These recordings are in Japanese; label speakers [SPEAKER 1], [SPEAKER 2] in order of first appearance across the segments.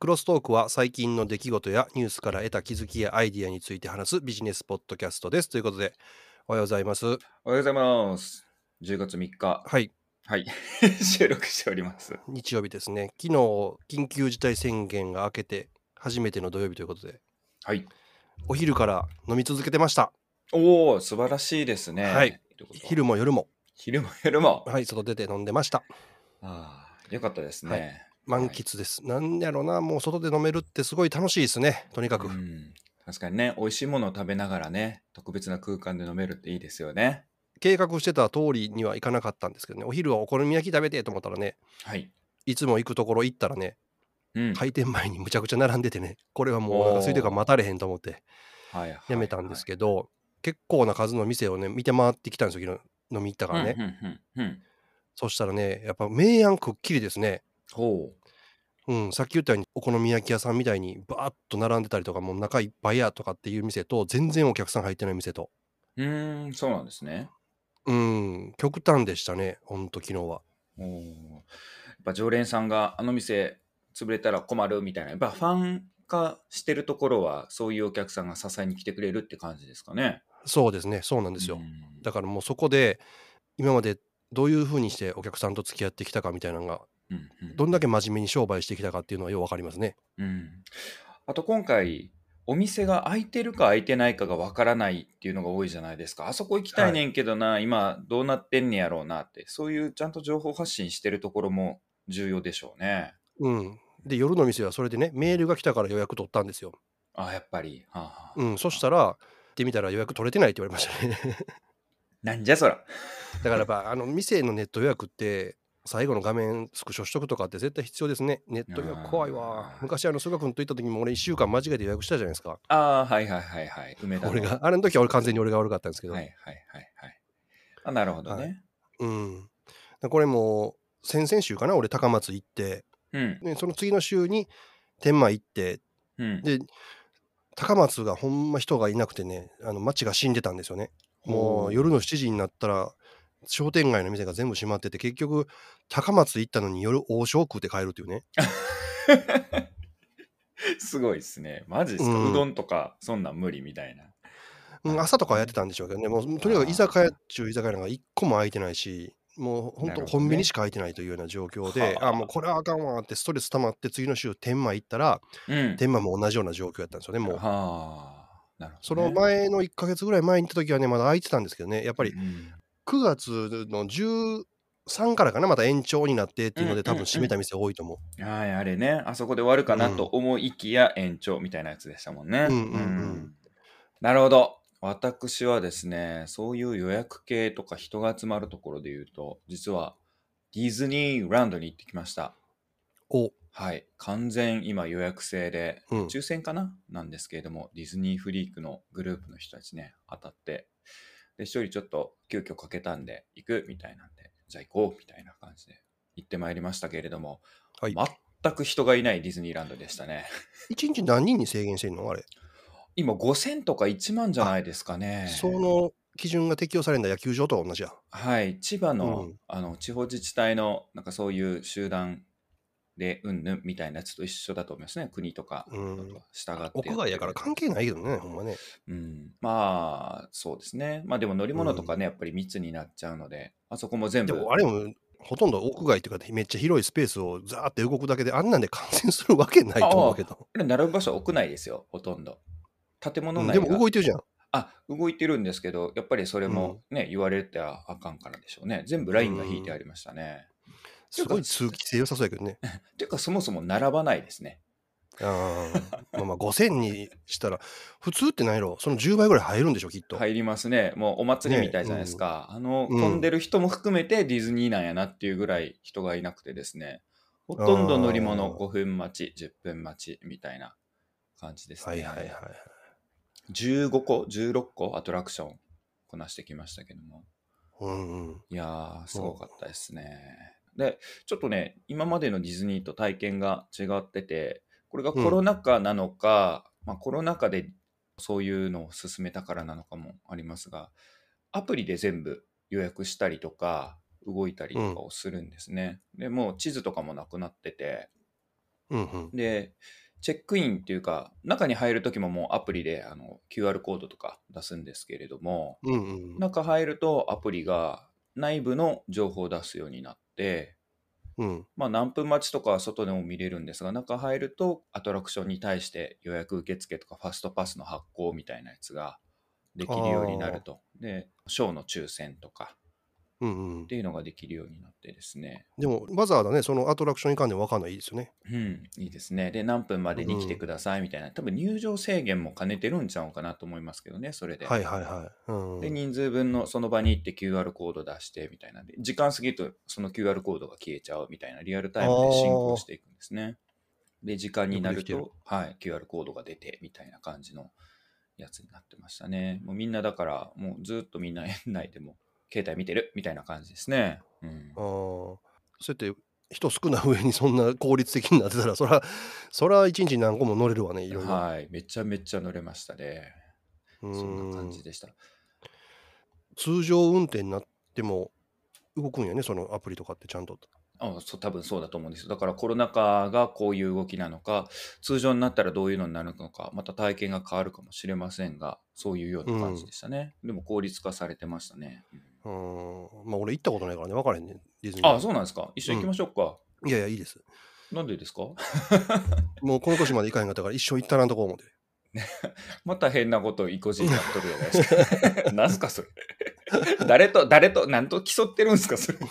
[SPEAKER 1] クロストークは最近の出来事やニュースから得た気づきやアイディアについて話すビジネスポッドキャストです。ということで、おはようございます。
[SPEAKER 2] おはようございます。10月3日、
[SPEAKER 1] はい、
[SPEAKER 2] はい、 収録しております。
[SPEAKER 1] 日曜日ですね。昨日、緊急事態宣言が明けて、初めての土曜日ということで、
[SPEAKER 2] はい。
[SPEAKER 1] お昼から飲み続けてました。
[SPEAKER 2] おお、素晴らしいですね。
[SPEAKER 1] はい
[SPEAKER 2] とうことは。
[SPEAKER 1] 昼も夜も、
[SPEAKER 2] 昼も夜も。
[SPEAKER 1] はい、外出て飲んでました。
[SPEAKER 2] ああ、よかったですね。
[SPEAKER 1] は満喫です。なんやろな、もう外で飲めるってすごい楽しいですね。とにかく。
[SPEAKER 2] うん確かにね、美味しいものを食べながらね、特別な空間で飲めるっていいですよね。
[SPEAKER 1] 計画してた通りにはいかなかったんですけどね、お昼はお好み焼き食べてと思ったらね、
[SPEAKER 2] はい。
[SPEAKER 1] いつも行くところ行ったらね、
[SPEAKER 2] うん。
[SPEAKER 1] 開店前にむちゃくちゃ並んでてね、これはもうお腹空いてるから待たれへんと思って
[SPEAKER 2] はいはい
[SPEAKER 1] やめたんですけど、結構な数の店をね、見て回ってきたんですよ、昨日飲み行ったか
[SPEAKER 2] は
[SPEAKER 1] ら
[SPEAKER 2] い
[SPEAKER 1] ね。
[SPEAKER 2] うんうんうんうん
[SPEAKER 1] そしたらね、やっぱ明暗くっきりですね。
[SPEAKER 2] ほう。
[SPEAKER 1] うん、さっき言ったようにお好み焼き屋さんみたいにバーッと並んでたりとかもう中いっぱいやとかっていう店と全然お客さん入ってない店と
[SPEAKER 2] うーん、そうなんですね。
[SPEAKER 1] うん極端でしたねほんと昨日は
[SPEAKER 2] おーやっぱ常連さんがあの店潰れたら困るみたいなやっぱファン化してるところはそういうお客さんが支えに来てくれるって感じですかね。
[SPEAKER 1] そうですねそうなんですよ、
[SPEAKER 2] うん
[SPEAKER 1] だからもうそこで今までどういうふうにしてお客さんと付き合ってきたかみたいなのが
[SPEAKER 2] うんうん
[SPEAKER 1] どんだけ真面目に商売してきたかっていうのはようわかりますね。
[SPEAKER 2] うんあと今回お店が開いてるか開いてないかがわからないっていうのが多いじゃないですかあそこ行きたいねんけどな、今どうなってんねやろうなってそういうちゃんと情報発信してるところも重要でしょうね。
[SPEAKER 1] うん、で夜の店はそれでねメールが来たから予約取ったんですよ。
[SPEAKER 2] あやっぱり、はあはあ
[SPEAKER 1] うん、そしたら行ってみたら予約取れてないって言われましたね。
[SPEAKER 2] なんじゃそら。
[SPEAKER 1] だからやっぱあの店のネット予約って最後の画面スクショしとくとかって絶対必要ですね。ネット予約怖いわ
[SPEAKER 2] あ。ー
[SPEAKER 1] 昔あの菅君と行った時も俺1週間間違えて予約したじゃないですか。
[SPEAKER 2] ああはいはいはいはい梅田の
[SPEAKER 1] 俺があれの時は俺完全に俺が悪かったんですけど。
[SPEAKER 2] はいはいはいはい。あなるほどね。
[SPEAKER 1] うん、これも先々週かな俺高松行って
[SPEAKER 2] うん。
[SPEAKER 1] でその次の週に天満行って
[SPEAKER 2] うん。
[SPEAKER 1] で高松がほんま人がいなくてねあの町が死んでたんですよねも
[SPEAKER 2] ほ
[SPEAKER 1] う夜の7時になったら商店街の店が全部閉まってて結局高松行ったのに夜王将食うて帰るっていうね
[SPEAKER 2] すごいですね。マジですか、
[SPEAKER 1] う
[SPEAKER 2] うんどんとか、そんなん無理みたいな。
[SPEAKER 1] うん朝とかはやってたんでしょうけどねもうとにかく居酒屋中居酒屋なんか一個も空いてないしもうほん
[SPEAKER 2] なる
[SPEAKER 1] と
[SPEAKER 2] ほどね
[SPEAKER 1] コンビニしか空いてないというような状況で、
[SPEAKER 2] はあ
[SPEAKER 1] あもうこれはあかんわってストレス溜まって次の週天満行ったら
[SPEAKER 2] うん。
[SPEAKER 1] 天満も同じような状況やったんですよねもう
[SPEAKER 2] はあ。なるほど、ね。
[SPEAKER 1] その前の1ヶ月ぐらい前に行った時はね、まだ空いてたんですけどね、やっぱり
[SPEAKER 2] うん
[SPEAKER 1] 9月の13からかな、また延長になってっていうの
[SPEAKER 2] うんうんう
[SPEAKER 1] で、
[SPEAKER 2] ん
[SPEAKER 1] 多分閉めた店多いと思
[SPEAKER 2] はい、あれね。あそこで終わるかなと思いきや延長みたいなやつでしたもんね。
[SPEAKER 1] うんうんうん
[SPEAKER 2] なるほど。私はですね、そういう予約系とか人が集まるところで言うと、実はディズニーランドに行ってきました。
[SPEAKER 1] う。お、
[SPEAKER 2] はい、完全今予約制で、
[SPEAKER 1] うん
[SPEAKER 2] 抽選かななんですけれども、ディズニーフリークのグループの人たちね、当たって、で、一人ちょっと急遽かけたんで、行くみたいなんで、じゃあ行こうみたいな感じで行ってまいりましたけれども、
[SPEAKER 1] はい。
[SPEAKER 2] 全く人がいないディズニーランドでしたね。
[SPEAKER 1] 1日何人に制限してるのあれ。
[SPEAKER 2] 今5000とか1万じゃないですかね。
[SPEAKER 1] その基準が適用されるんだ、野球場とは同じや。
[SPEAKER 2] はい、千葉の,、
[SPEAKER 1] うん
[SPEAKER 2] あの地方自治体のなんかそういう集団でうんぬんみたいなやつと一緒だと思いますね、国とか、
[SPEAKER 1] うん
[SPEAKER 2] 従ってやってる
[SPEAKER 1] 屋外やから関係ないけどね、ほんまね。
[SPEAKER 2] うん、まあそうですねまあでも乗り物とかね、やっぱり密になっちゃうのであそこも全
[SPEAKER 1] で
[SPEAKER 2] 部
[SPEAKER 1] もあれも、ほとんど屋外っていうか、めっちゃ広いスペースをザーって動くだけで、あんなんで感染するわけないと思うけど。
[SPEAKER 2] あれ並ぶ場所は屋内ですよほとんど建物
[SPEAKER 1] うんで
[SPEAKER 2] 内が
[SPEAKER 1] も動いてるじゃん。
[SPEAKER 2] あ動いてるんですけどやっぱりそれもね、言われてはあかんからでしょうね全部ラインが引いてありましたね、
[SPEAKER 1] すごい通気性良さそうやけどね。
[SPEAKER 2] ていうかそもそも並ばないですね
[SPEAKER 1] あーまあまあ5000にしたら普通ってないろその10倍ぐらい入るんでしょきっと、
[SPEAKER 2] 入りますねもうお祭りみたいじゃないですか、あの
[SPEAKER 1] うん
[SPEAKER 2] 混んでる人も含めてディズニーなんやなっていうぐらい人がいなくてですねほとんど乗り物
[SPEAKER 1] あー
[SPEAKER 2] 5分待ち10分待ちみたいな感じですね、
[SPEAKER 1] はいはいはい
[SPEAKER 2] 15個16個アトラクションこなしてきましたけども
[SPEAKER 1] うんうん
[SPEAKER 2] いやーすごかったですねでちょっとね今までのディズニーと体験が違っててこれがコロナ禍なのか、まあ、コロナ禍でそういうのを進めたからなのかもありますがアプリで全部予約したりとか動いたりとかをするんですね、でもう地図とかもなくなってて
[SPEAKER 1] うんうん。
[SPEAKER 2] で、チェックインっていうか、中に入るときももうアプリであの QR コードとか出すんですけれども、
[SPEAKER 1] うんうん
[SPEAKER 2] 中入るとアプリが内部の情報を出すようになって、
[SPEAKER 1] うん。
[SPEAKER 2] まあ、何分待ちとかは外でも見れるんですが、中入るとアトラクションに対して予約受付とかファストパスの発行みたいなやつができるようになると。で、ショーの抽選とか
[SPEAKER 1] うんうん
[SPEAKER 2] っ、ていうのができるようになってですね。
[SPEAKER 1] でも、わざわざね、そのアトラクション行かんでも分かんないですよね。
[SPEAKER 2] うん、いいですね。で、何分までに来てくださいみたいな、多分入場制限も兼ねてるんちゃうかなと思いますけどね、それで。
[SPEAKER 1] はいはいはい。うん
[SPEAKER 2] で、人数分のその場に行って QR コード出してみたいなんで、時間過ぎるとその QR コードが消えちゃうみたいな、リアルタイムで進行していくんですね。で、時間にな
[SPEAKER 1] よ
[SPEAKER 2] る
[SPEAKER 1] くできてる
[SPEAKER 2] と、はい、QR コードが出てみたいな感じのやつになってましたね。もうみんなだから、もうずっとみんな園内でも、携帯見てるみたいな感じですね。うん
[SPEAKER 1] ああ、そうやって人少ない上にそんな効率的になってたら、そら、そら一日に何個も乗れるわね、いろいろ。
[SPEAKER 2] はい、めちゃめちゃ乗れましたね。
[SPEAKER 1] う
[SPEAKER 2] そんな感
[SPEAKER 1] ん
[SPEAKER 2] じでした。
[SPEAKER 1] 通常運転になっても動くんやね、そのアプリとかってちゃんと。
[SPEAKER 2] あそう多分そうだと思うんですよ。だからコロナ禍がこういう動きなのか、通常になったらどういうのになるのか、また体験が変わるかもしれませんが、そういうような感じでしたね。でも効率化されてましたね。うん
[SPEAKER 1] うーん。まあ、俺行ったことないからね、分からへんねん、ディズニー。
[SPEAKER 2] あそうなんですか。一緒に行きましょうか。
[SPEAKER 1] いやいや、いいです。
[SPEAKER 2] なんでですか
[SPEAKER 1] もうこの年まで行かへんかったから、一生行ったらんとこ思って。
[SPEAKER 2] また変なことを意固地にやっとるじゃないですか。 何すかそれ。誰と、誰と、何と競ってるんですかそれ。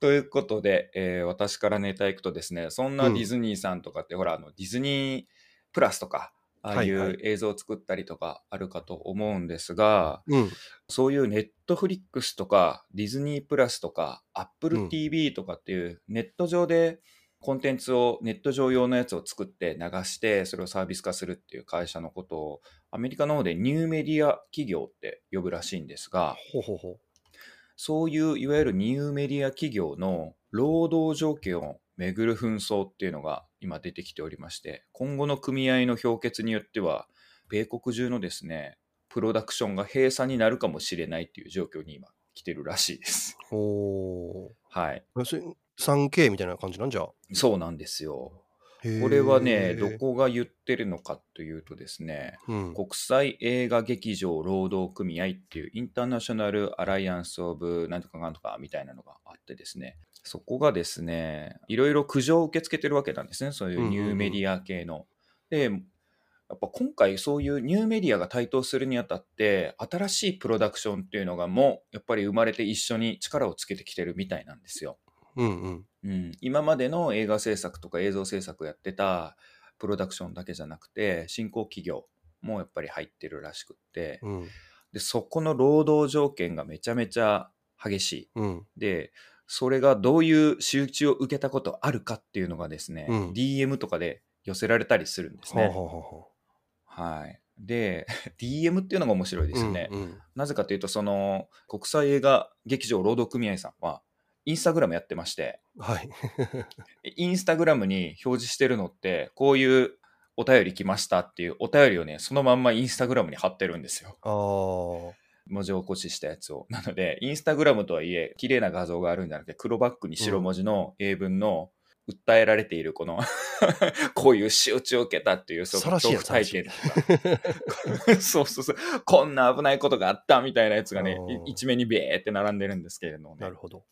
[SPEAKER 2] ということで、えー私からネタ行くとですね、そんなディズニーさんとかって、ほら、あの、ディズニープラスとか、ああい
[SPEAKER 1] はいは
[SPEAKER 2] う
[SPEAKER 1] い
[SPEAKER 2] 映像を作ったりとかあるかと思うんですが、
[SPEAKER 1] うん。
[SPEAKER 2] そういうネットフリックスとか、ディズニープラスとか、アップ
[SPEAKER 1] う
[SPEAKER 2] ル
[SPEAKER 1] ん
[SPEAKER 2] TV とかっていう、ネット上でコンテンツを、ネット上用のやつを作って流して、それをサービス化するっていう会社のことを、アメリカの方でニューメディア企業って呼ぶらしいんですが、
[SPEAKER 1] ほうほうほ
[SPEAKER 2] そういういわゆるニューメディア企業の労働条件をめぐる紛争っていうのが今出てきておりまして、今後の組合の評決によっては、米国中のですね、プロダクションが閉鎖になるかもしれないっていう状況に今来てるらしいです。
[SPEAKER 1] う。お
[SPEAKER 2] はい。
[SPEAKER 1] ー。それ 3K みたいな感じなんじゃ。こ
[SPEAKER 2] そうなんですよ。これはね、ど
[SPEAKER 1] こ
[SPEAKER 2] こが言ってるのかというとですね、
[SPEAKER 1] うん。
[SPEAKER 2] 国際映画劇場労働組合っていうインターナショナルアライアンス・オブ・なんとかなんとかみたいなのがあってですね、そこがですね、いろいろ苦情を受け付けてるわけなんですね、そういうニューメディア系の。で、やっぱ今回そういうニューメディアが台頭するにあたって、新しいプロダクションっていうのがもうやっぱり生まれて一緒に力をつけてきてるみたいなんですよ。
[SPEAKER 1] うんうん。
[SPEAKER 2] うん、今までの映画制作とか映像制作やってたプロダクションだけじゃなくて新興企業もやっぱり入ってるらしくって
[SPEAKER 1] うん。
[SPEAKER 2] でそこの労働条件がめちゃめちゃ激しい
[SPEAKER 1] うん。
[SPEAKER 2] でそれがどういう仕打ちを受けたことあるかっていうのがですね、
[SPEAKER 1] うん
[SPEAKER 2] DM とかで寄せられたりするんです
[SPEAKER 1] はあ
[SPEAKER 2] ね。
[SPEAKER 1] はあはあは
[SPEAKER 2] はい、で DM っていうのが面白いで
[SPEAKER 1] あ。
[SPEAKER 2] すよね。
[SPEAKER 1] うんうん
[SPEAKER 2] なぜかというとその国際映画劇場労働組合さんはインスタグラムやってまして、
[SPEAKER 1] はい。
[SPEAKER 2] インスタグラムに表示してるのって、こういうお便り来ましたっていうお便りをね、そのまんまインスタグラムに貼ってるんですよ。
[SPEAKER 1] ああ。
[SPEAKER 2] 文字起こししたやつを。なので、インスタグラムとはいえ、綺麗な画像があるんじゃなくて、黒バックに白文字の英文の訴えられているこの、 こういう仕打ちを受けたっていう、そ
[SPEAKER 1] さ
[SPEAKER 2] の
[SPEAKER 1] らしい
[SPEAKER 2] 恐
[SPEAKER 1] や
[SPEAKER 2] 怖
[SPEAKER 1] つ
[SPEAKER 2] 体験とか。 そうそうそう。こんな危ないことがあったみたいなやつがね
[SPEAKER 1] うん、
[SPEAKER 2] い一面にベーって並んでるんですけれどもね
[SPEAKER 1] なる。ほど。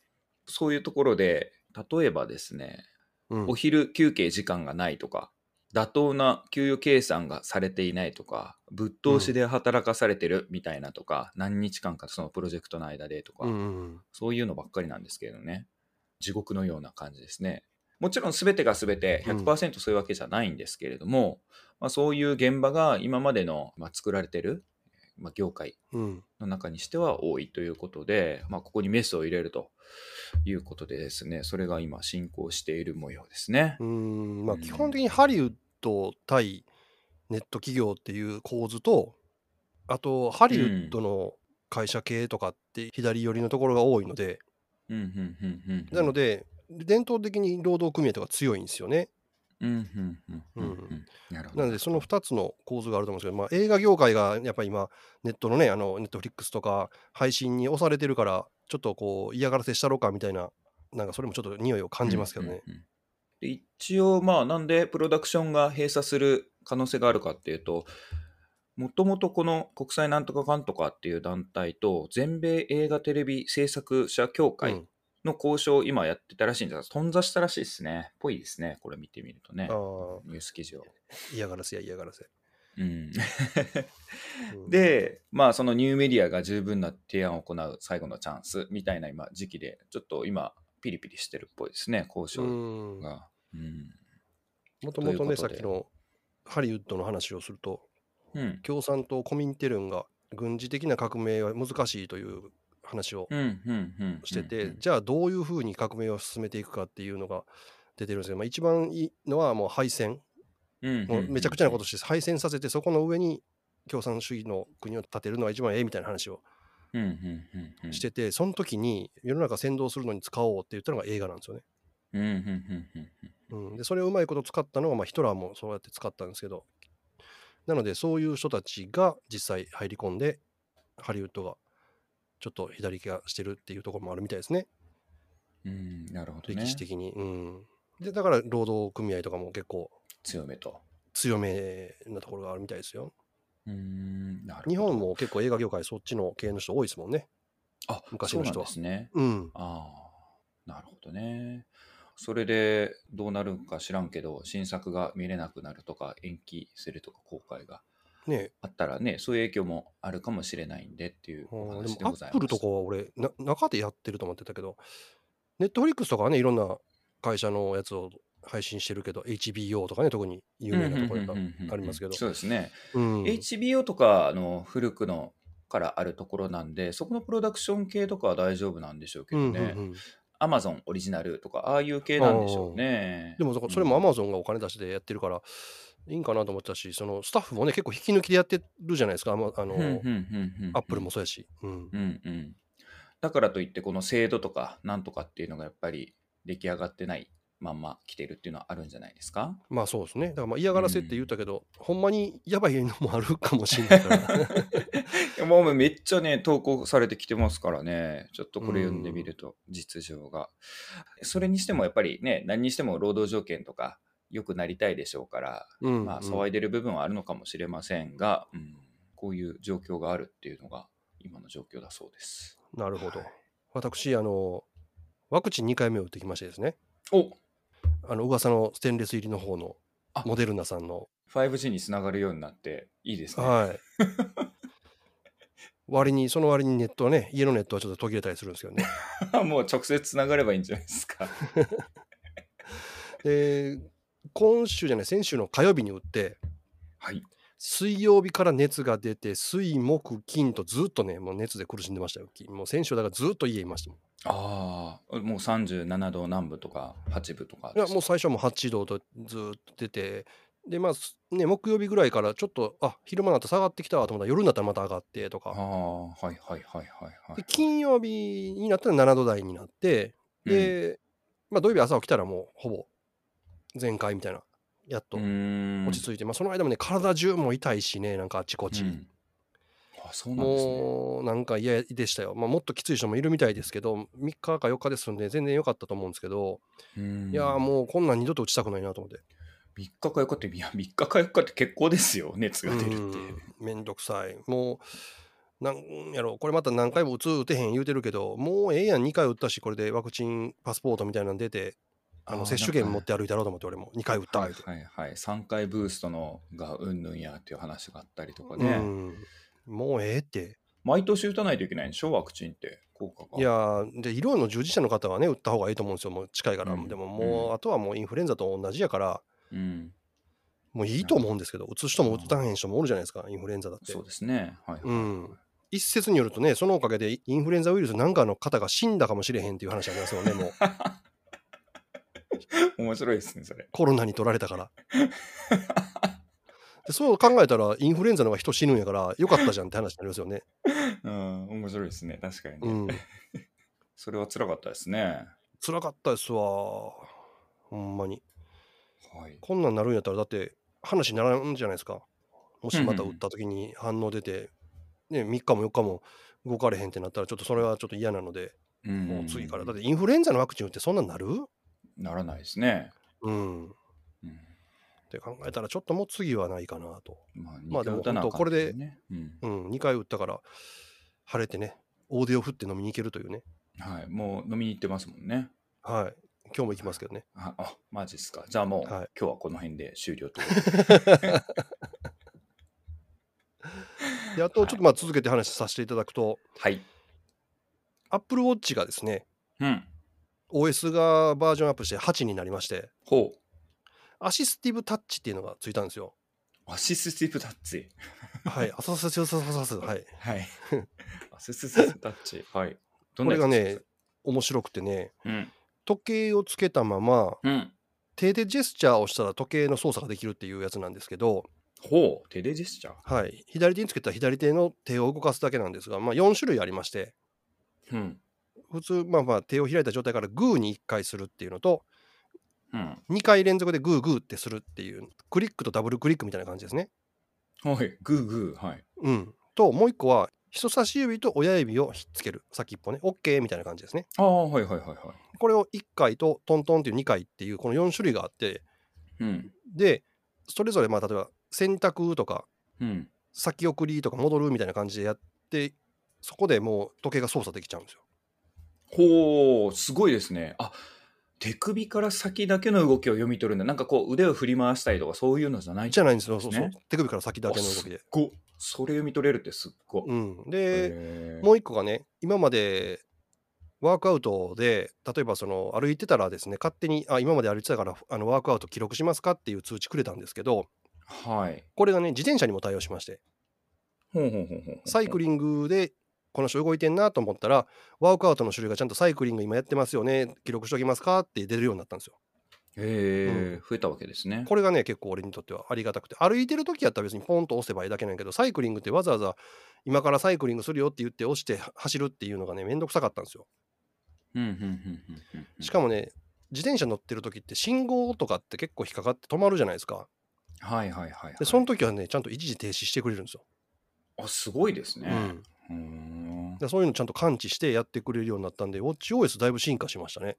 [SPEAKER 2] そういうところで、例えばですね、
[SPEAKER 1] うん
[SPEAKER 2] お昼休憩時間がないとか、妥当な給与計算がされていないとか、ぶっ通しで働かされてるみたいなとか、何日間かそのプロジェクトの間でとか、
[SPEAKER 1] うんうん
[SPEAKER 2] そういうのばっかりなんですけれどね、地獄のような感じですね。もちろん全てが全て
[SPEAKER 1] うん
[SPEAKER 2] 100%そういうわけじゃないんですけれども、まあ、そういう現場が今までの、まあ、作られてる、まあ、業界
[SPEAKER 1] うん。
[SPEAKER 2] の中にしては多いということで、まあ、ここにメスを入れるということでですね、それが今進行している模様ですね
[SPEAKER 1] う。ん。まあ、
[SPEAKER 2] うん
[SPEAKER 1] 基本的にハリウッド対ネット企業っていう構図と、あと、ハリウッドの会社系とかって左寄りのところが多いので、
[SPEAKER 2] うんうんうんうんうん
[SPEAKER 1] なので、伝統的に労働組合とか強いんですよね。
[SPEAKER 2] うんうんうんうんう
[SPEAKER 1] うん
[SPEAKER 2] なるほど
[SPEAKER 1] なので、その2つの構図があると思うんですけど、まあ、映画業界がやっぱり今、ネットのね、あのネットフリックスとか配信に押されてるから、ちょっとこう嫌がらせしたろうかみたいな、なんかそれもちょっと匂いを感じますけどね。
[SPEAKER 2] うんうんうんで一応まあなんでプロダクションが閉鎖する可能性があるかっていうともともとこの国際なんとかかんとかっていう団体と全米映画テレビ制作者協
[SPEAKER 1] う
[SPEAKER 2] 会
[SPEAKER 1] ん
[SPEAKER 2] の交渉を今やってたらしいんですが、頓挫したらしいですね。ぽいですね。これ見てみるとね
[SPEAKER 1] あ。ー
[SPEAKER 2] ニュース記事を。
[SPEAKER 1] 嫌がらせや嫌がらせ。
[SPEAKER 2] うん、
[SPEAKER 1] うん、
[SPEAKER 2] で、まあ、そのニューメディアが十分な提案を行う最後のチャンスみたいな今時期で、ちょっと今、ピリピリしてるっぽいですね、交
[SPEAKER 1] う
[SPEAKER 2] 渉
[SPEAKER 1] ん、も
[SPEAKER 2] が。うん。
[SPEAKER 1] とも
[SPEAKER 2] と
[SPEAKER 1] と
[SPEAKER 2] いうことで
[SPEAKER 1] ね、さっきのハリウッドの話をすると、
[SPEAKER 2] うん。
[SPEAKER 1] 共産党コミンテルンが軍事的な革命は難しいという話を
[SPEAKER 2] うん。うん。うん。
[SPEAKER 1] してて、
[SPEAKER 2] うん
[SPEAKER 1] じゃあどういうふうに革命を進めていくかっていうのが出てるんですけど、まあ、一番いいのはもう敗戦、
[SPEAKER 2] うん。
[SPEAKER 1] もうめちゃくちゃなこととして敗戦させてそこの上に共産主義の国を建てるのが一番ええみたいな話を
[SPEAKER 2] うん。うん。うん。うん。
[SPEAKER 1] し。てて、その時に世の中扇動するのに使おうって言ったのが映画なんですよね。
[SPEAKER 2] うん。うん。うん。うん。
[SPEAKER 1] うん、でそれをうまいこと使ったのが、まあ、ヒトラーもそうやって使ったんですけどなのでそういう人たちが実際入り込んでハリウッドがちょっと左利きがしてるっていうところもあるみたいですね
[SPEAKER 2] うん。なるほどね。
[SPEAKER 1] 歴史的に、うん、でだから労働組合とかも結構
[SPEAKER 2] 強めと。
[SPEAKER 1] 強めなところがあるみたいですよ
[SPEAKER 2] うん。なるほど。
[SPEAKER 1] 日本も結構映画業界そっちの系の人多いですもんね
[SPEAKER 2] あ、
[SPEAKER 1] 昔
[SPEAKER 2] 昔の
[SPEAKER 1] の
[SPEAKER 2] 人
[SPEAKER 1] 人
[SPEAKER 2] は。
[SPEAKER 1] は
[SPEAKER 2] ですね。
[SPEAKER 1] うん
[SPEAKER 2] ああ、なるほどね。それでどうなるんか知らんけど、新作が見れなくなるとか、延期するとか、公開が
[SPEAKER 1] ね
[SPEAKER 2] あったらね、そういう影響もあるかもしれないんでっていう
[SPEAKER 1] うん
[SPEAKER 2] お
[SPEAKER 1] で
[SPEAKER 2] 話
[SPEAKER 1] も
[SPEAKER 2] で
[SPEAKER 1] ア
[SPEAKER 2] ござい
[SPEAKER 1] ップ
[SPEAKER 2] ます。
[SPEAKER 1] ルとかは俺な中でやってると思ってたけどネットフリックスとかはねいろんな会社のやつを配信してるけど HBO とかね特に有名なところがありますけど
[SPEAKER 2] そうですね。
[SPEAKER 1] うん、
[SPEAKER 2] HBO とかの古くのからあるところなんで、そこのプロダクション系とかは大丈夫なんでしょうけ
[SPEAKER 1] う
[SPEAKER 2] ど
[SPEAKER 1] んうんう
[SPEAKER 2] ね。
[SPEAKER 1] ん、
[SPEAKER 2] アマゾンオリジナルとか、ああいう系なんでしょうね。
[SPEAKER 1] でもだからそれも Amazon がお金出してやってるからいいんかなと思ってたしそのスタッフもね結構引き抜きでやってるじゃないですかあまあの、アップルもそうやし、うん
[SPEAKER 2] うんうん、だからといってこの制度とかなんとかっていうのがやっぱり出来上がってないまんま来てるっていうのはあるんじゃないですか
[SPEAKER 1] まあそうですねだからまあ嫌がらせって言ったけど、ほんまにやばいのもあるかもしれないから
[SPEAKER 2] いや もうめっちゃね投稿されてきてますからねちょっとこれ読んでみると実情が、それにしてもやっぱりね何にしても労働条件とか良くなりたいでしょうから、
[SPEAKER 1] うん
[SPEAKER 2] まあ
[SPEAKER 1] うん
[SPEAKER 2] 騒いでる部分はあるのかもしれませんが、うんこういう状況があるっていうのが今の状況だそうです
[SPEAKER 1] なるほど
[SPEAKER 2] はい
[SPEAKER 1] 私あのワクチン2回目を打ってきましてですね
[SPEAKER 2] お
[SPEAKER 1] あの噂のステンレス入りの方の
[SPEAKER 2] あ
[SPEAKER 1] モデルナさんの、
[SPEAKER 2] 5G につながるようになっていいですね、
[SPEAKER 1] はい、 割にその割にネットはね家のネットはちょっと途切れたりするんですけどね
[SPEAKER 2] もう直接つながればいいんじゃないですか。
[SPEAKER 1] で今週じゃない先週の火曜日に打って
[SPEAKER 2] はい。
[SPEAKER 1] 水曜日から熱が出て水木金とずっとねもう熱で苦しんでましたよもう先週だからずっと家いましたもん
[SPEAKER 2] ああ、もう37度南部とか8分とか
[SPEAKER 1] い
[SPEAKER 2] で
[SPEAKER 1] や
[SPEAKER 2] す。
[SPEAKER 1] もう最初はもう8度とずっと出てでまあすね木曜日ぐらいからちょっとあ昼間になって下がってきたわと思ったら夜になったらまた上がってと
[SPEAKER 2] あ
[SPEAKER 1] か
[SPEAKER 2] あ、はいはいはいはいは
[SPEAKER 1] で
[SPEAKER 2] い。
[SPEAKER 1] 金曜日になったら7度台になってで、まあ土曜日朝起きたらもうほぼ全開みたいなやっと
[SPEAKER 2] う
[SPEAKER 1] 落
[SPEAKER 2] ん、
[SPEAKER 1] ち着いて、まあその間もね体中も痛いしねなんかあちこち、
[SPEAKER 2] うんあそうなんですね。
[SPEAKER 1] もうなんか嫌でしたよ、まあ、もっときつい人もいるみたいですけど3日か4日ですんで全然良かったと思うんですけど、
[SPEAKER 2] うん
[SPEAKER 1] いやーもうこんなん二度と打ちたくないなと思って
[SPEAKER 2] 3日か4日って、いや、3日か4日って結構ですよ、熱が出るって。
[SPEAKER 1] うんめんどくさいもうなんやろこれまた何回も打つ打てへん言うてるけどもうええやん2回打ったしこれでワクチンパスポートみたいなの出てあ
[SPEAKER 2] あ
[SPEAKER 1] の
[SPEAKER 2] ー
[SPEAKER 1] 接種
[SPEAKER 2] な
[SPEAKER 1] 券
[SPEAKER 2] んか
[SPEAKER 1] 持って歩いたろうと思って俺も2回打った
[SPEAKER 2] はい
[SPEAKER 1] 言うて
[SPEAKER 2] はいはい。3回ブーストのがうんぬんやっていう話があったりとか
[SPEAKER 1] う
[SPEAKER 2] ね。
[SPEAKER 1] んもうええって
[SPEAKER 2] 毎年打たないといけないんでしょ、ワクチンって。効果が。
[SPEAKER 1] いやーで医療の従事者の方はね打った方がいいと思うんですよもう近いから、
[SPEAKER 2] うん
[SPEAKER 1] でももう、
[SPEAKER 2] うん
[SPEAKER 1] あとはもうインフルエンザと同じやから
[SPEAKER 2] うん。
[SPEAKER 1] もういいと思うんですけど打つ人も打たへん人もおるじゃないですかインフルエンザだって
[SPEAKER 2] そうですね。はいはい、はい。
[SPEAKER 1] うん一説によるとねそのおかげでインフルエンザウイルスなんかの方が死んだかもしれへんっていう話ありますよねもう
[SPEAKER 2] 面白いですね、それ。
[SPEAKER 1] コロナに取られたから。 でそう考えたらインフルエンザの方が人死ぬんやからよかったじゃんって話になりますよ ね。
[SPEAKER 2] うん、面白いですね、確かにね。
[SPEAKER 1] うん。
[SPEAKER 2] それは辛かったですね。
[SPEAKER 1] 辛かったですわ。ほんまに。
[SPEAKER 2] はい。
[SPEAKER 1] こんなんなるんやったらだって話にならんじゃないですか。もしまた打った時に反応出て、ね、3日も4日も動かれへんってなったらちょっとそれはちょっと嫌なので、
[SPEAKER 2] うん
[SPEAKER 1] もう次から。だってインフルエンザのワクチン打ってそんなんなる
[SPEAKER 2] ならないですね。
[SPEAKER 1] うん。っ
[SPEAKER 2] うん
[SPEAKER 1] て考えたら、ちょっともう次はないかなと。
[SPEAKER 2] まあ、
[SPEAKER 1] まあでも
[SPEAKER 2] 似た歌なあかん
[SPEAKER 1] 本当これで
[SPEAKER 2] もんねうん
[SPEAKER 1] うん、2回打ったから、晴れてね、大手を振って飲みに行けるというね。
[SPEAKER 2] はい、もう飲みに行ってますもんね。
[SPEAKER 1] はい。今日も行きますけどね。
[SPEAKER 2] あ、あマジですか。じゃあもう、
[SPEAKER 1] はい
[SPEAKER 2] 今日はこの辺で終了ということで。
[SPEAKER 1] で、あと、ちょっとまあ続けて話させていただくと、
[SPEAKER 2] はい。
[SPEAKER 1] Apple Watch がですね、
[SPEAKER 2] うん。
[SPEAKER 1] OS がバージョンアップして8になりまして、
[SPEAKER 2] ほう。
[SPEAKER 1] アシスティブタッチっていうのがついたん ですよ。
[SPEAKER 2] アシスティブタッチ。
[SPEAKER 1] はい。あささささささはい。
[SPEAKER 2] はい。 アシスティブタッチ。はい。ど
[SPEAKER 1] これが
[SPEAKER 2] やつで
[SPEAKER 1] ね
[SPEAKER 2] すか、
[SPEAKER 1] 面白くてね、
[SPEAKER 2] うん。
[SPEAKER 1] 時計をつけたまま、
[SPEAKER 2] うん。
[SPEAKER 1] 手でジェスチャーをしたら時計の操作ができるっていうやつなんですけど、
[SPEAKER 2] ほう。テレジェスチャー。
[SPEAKER 1] はい、左手につけたら左手の手を動かすだけなんですが、まあ、4種類ありまして
[SPEAKER 2] うん。
[SPEAKER 1] 普通、まあ、まあ手を開いた状態からグーに1回するっていうのと
[SPEAKER 2] うん。
[SPEAKER 1] 2回連続でグーグーってするっていうクリックとダブルクリックみたいな感じですね。
[SPEAKER 2] はい。グーグー。はい。
[SPEAKER 1] うん、ともう1個は人差し指と親指をひっつける先っぽね OK みたいな感じですね。
[SPEAKER 2] ああ、はいはいはいは
[SPEAKER 1] これを1回とトントンっていう2回っていうこの4種類があって
[SPEAKER 2] い。うん。
[SPEAKER 1] でそれぞれまあ例えば選択とか
[SPEAKER 2] うん。
[SPEAKER 1] 先送りとか戻るみたいな感じでやってそこでもう時計が操作できちゃうんですよ。
[SPEAKER 2] ほう。すごいですね。あ手首から先だけの動きを読み取るんだ。なんかこう腕を振り回したりとかそういうのじゃない
[SPEAKER 1] じゃ
[SPEAKER 2] な
[SPEAKER 1] な
[SPEAKER 2] い
[SPEAKER 1] いんですよ、そうそう
[SPEAKER 2] ね。
[SPEAKER 1] 手首から先だけの動きで。
[SPEAKER 2] ごそれ読み取れるってすっごい。
[SPEAKER 1] うん、
[SPEAKER 2] へ
[SPEAKER 1] で、
[SPEAKER 2] ー
[SPEAKER 1] もう一個がね、今までワークアウトで、例えばその歩いてたらですね、勝手に、あ、今まで歩いてたから、あのワークアウト記録しますかっていう通知くれたんですけど、
[SPEAKER 2] はい。
[SPEAKER 1] これがね、自転車にも対応しまして、
[SPEAKER 2] ほうほうほうほう。
[SPEAKER 1] サイクリングで、この人動いてんなと思ったら、ワークアウトの種類がちゃんとサイクリング今やってますよね、記録しときますかって出るようになったんですよ。
[SPEAKER 2] へえ、増えたわけですね。
[SPEAKER 1] これがね、結構俺にとってはありがたくて、歩いてる時やったら別にポンと押せばいいだけなんやけど、サイクリングってわざわざ今からサイクリングするよって言って押しては走るっていうのがね、めんどくさかったんですよ。
[SPEAKER 2] うんうんうんうんうんうん
[SPEAKER 1] しかもね、自転車乗ってる時って信号とかって結構引っかかって止まるじゃないですか。
[SPEAKER 2] はいはいはい、はい。
[SPEAKER 1] で、その時はね、ちゃんと一時停止してくれるんですよ。
[SPEAKER 2] あ、すごいです
[SPEAKER 1] う
[SPEAKER 2] ね。
[SPEAKER 1] ん
[SPEAKER 2] うーん。
[SPEAKER 1] でそういうのちゃんと感知してやってくれるようになったんで、WatchOS だいぶ進化しましたね。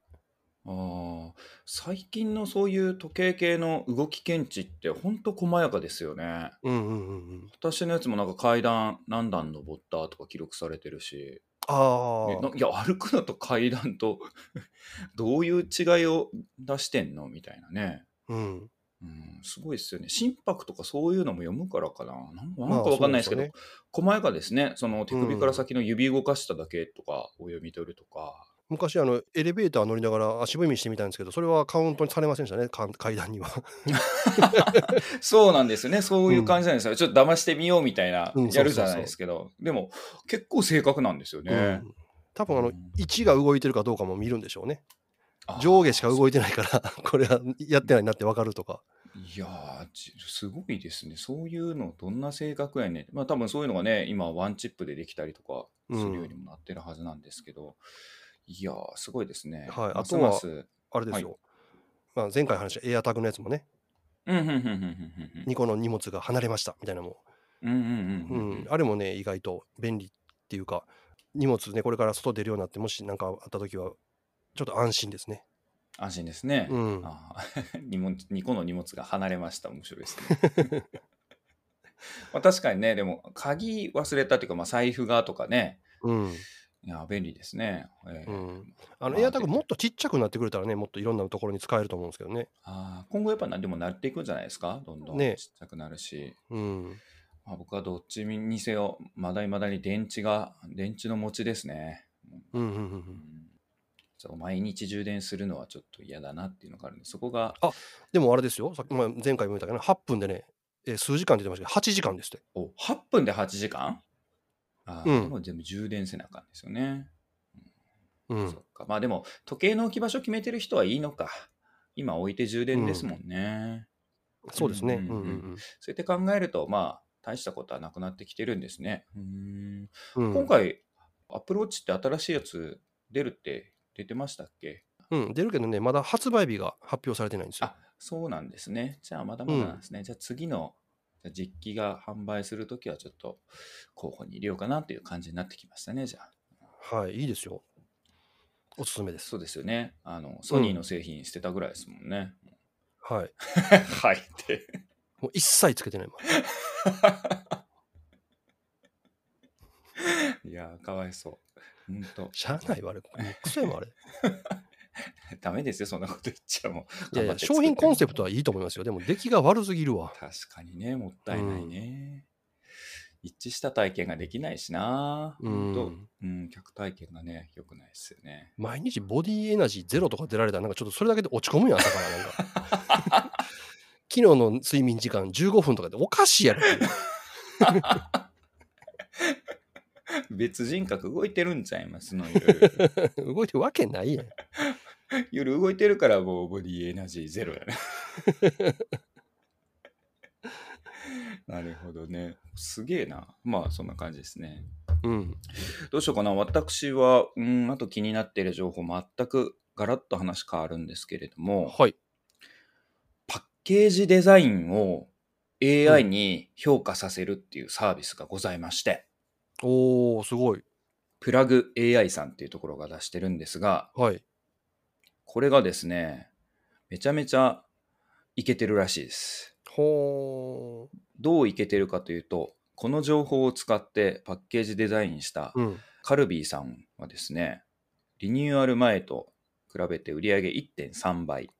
[SPEAKER 2] ああ、最近のそういう時計系の動き検知ってほんと細やかですよね。
[SPEAKER 1] うんうんうんうん。
[SPEAKER 2] 私のやつもなんか階段何段登ったとか記録されてるし、
[SPEAKER 1] あ
[SPEAKER 2] え
[SPEAKER 1] あ
[SPEAKER 2] ないや歩くのと階段と どういう違いを出してんのみたいなね。、
[SPEAKER 1] うん。
[SPEAKER 2] うん、すごいですよね。心拍とかそういうのも読むからかな。なんか
[SPEAKER 1] まあ
[SPEAKER 2] なんかわかんないですけど、
[SPEAKER 1] そうで
[SPEAKER 2] 細やかですね。その手首から先の指動かしただけとか、お読み取るとか。
[SPEAKER 1] 昔あのエレベーター乗りながら足踏みしてみたんですけどそれはカウントにされませんでしたねかん 階段には
[SPEAKER 2] そうなんですよね。そういう感じなんですよ。ちょっと騙してみようみたいな
[SPEAKER 1] うん、
[SPEAKER 2] やるじゃないですけど。でも、結構正確なんですよね
[SPEAKER 1] う。ん多分あの
[SPEAKER 2] うん
[SPEAKER 1] 位置が動いてるかどうかも見るんでしょうね
[SPEAKER 2] あー
[SPEAKER 1] 上下しか動いてないからこれはやってないなって分かるとか
[SPEAKER 2] いやー、じすごいですね。そういうの、どんな性格やねん。まあ、多分そういうのがね、今、ワンチップでできたりとかするようにもなってるはずなんですけど、いやー、すごいですね。
[SPEAKER 1] はい
[SPEAKER 2] ます
[SPEAKER 1] あとは
[SPEAKER 2] ます
[SPEAKER 1] あれですよ、まあ、前回話したエアタグのやつもね
[SPEAKER 2] うんうんうんうん
[SPEAKER 1] 2個の荷物が離れましたみたいなのも、
[SPEAKER 2] うんうん
[SPEAKER 1] う
[SPEAKER 2] うんうんんうん
[SPEAKER 1] あれもね意外と便利っていうか荷物ねこれから外出るようになってもし何かあった時はちょっと安心ですね
[SPEAKER 2] 安心ですね。
[SPEAKER 1] うん
[SPEAKER 2] あー 荷物2個の荷物が離れました。面白いですね。 まあ確かにね、でも鍵忘れたというか、まあ、財布がとかね、
[SPEAKER 1] うん、
[SPEAKER 2] いや便利ですね。えー
[SPEAKER 1] うん、あの
[SPEAKER 2] まあ
[SPEAKER 1] エアタグもっとちっちゃくなってくれたらねもっといろんなところに使えると思うんですけどね
[SPEAKER 2] あー今後やっぱ何でもなっていくんじゃないですかどんどん
[SPEAKER 1] ね
[SPEAKER 2] ちっちゃくなるし、
[SPEAKER 1] うん
[SPEAKER 2] まあ、僕はどっちにせよまだいまだに電池が電池の持ちですね、
[SPEAKER 1] うんうんうんう
[SPEAKER 2] うんんそう毎日充電するのはちょっと嫌だなっていうのがあるんでそこが
[SPEAKER 1] でもあれですよ、さっきまあ前回も言ったけど、8分でね、えー数時間って言ってましたけど、8時間ですって。
[SPEAKER 2] お8分で8時間ああ、
[SPEAKER 1] うん
[SPEAKER 2] でも全部充電せなあかんですよね、
[SPEAKER 1] う
[SPEAKER 2] そ
[SPEAKER 1] ん
[SPEAKER 2] っ、かまあでも時計の置き場所決めてる人はいいのか今置いて充電ですもんね、
[SPEAKER 1] そうですね。う
[SPEAKER 2] うんん
[SPEAKER 1] う
[SPEAKER 2] うんんそうやって考えるとまあ大したことはなくなってきてるんですねうーん
[SPEAKER 1] うんうん
[SPEAKER 2] 今回、アプローチって新しいやつ出るって出てましたっけ
[SPEAKER 1] うん、出るけどね、まだ発売日が発表されてないんですよ。
[SPEAKER 2] あそうなんですね。じゃあまだまだなんですね。じゃあ次のじゃあ実機が販売するときはちょっと候補に入れようかなっていう感じになってきましたね、じゃあ。
[SPEAKER 1] はい、いいですよ。おすすめです。
[SPEAKER 2] そうですよね。あの、ソニーの製品捨てたぐらいですもんね。
[SPEAKER 1] はい。
[SPEAKER 2] はいって。
[SPEAKER 1] もう一切つけてない。
[SPEAKER 2] いやー、かわいそう。ほんと、
[SPEAKER 1] しゃあないわ、あれ。クソやもん、 あれ。い
[SPEAKER 2] ダメですよ、そんなこと言っちゃもう。
[SPEAKER 1] やいや、
[SPEAKER 2] 頑張って
[SPEAKER 1] 商品コンセプ
[SPEAKER 2] 作
[SPEAKER 1] トはいいと思いますよ。でも、出来が悪すぎるわ。
[SPEAKER 2] ってます確かにね、もったいないね。一致した体験ができないしな。
[SPEAKER 1] う
[SPEAKER 2] ほと
[SPEAKER 1] ん。
[SPEAKER 2] うん、客体験がね、良くないですよね。
[SPEAKER 1] 毎日ボディエナジーゼロとか出られたら、なんかちょっとそれだけで落ち込むやん、朝からなんか。 昨日の睡眠時間15分とかでおかしいやろっていう。
[SPEAKER 2] 別人格動いてるんちゃいますの、いろい ろ
[SPEAKER 1] 動いてるわけないやん。
[SPEAKER 2] 夜動いてるから、もうボディエナジーゼロや な。なるほどね。すげえな。まあ、そんな感じですね。
[SPEAKER 1] うん。
[SPEAKER 2] どうしようかな。私は、うーん、あと気になっている情報、全くガラッと話変わるんですけれども、
[SPEAKER 1] はい。
[SPEAKER 2] パッケージデザインを AI に評価させるっていうサービスがございまして、
[SPEAKER 1] おー、すごい。
[SPEAKER 2] プラグ AI さんっていうところが出してるんですが、
[SPEAKER 1] はい。
[SPEAKER 2] これがですね、めちゃめちゃいけてるらしいです。
[SPEAKER 1] ほ
[SPEAKER 2] どういけてるかというと、この情報を使ってパッケージデザインした
[SPEAKER 1] ー。うん。
[SPEAKER 2] カルビーさんはですね、リニューアル前と比べて売り上げ1.3倍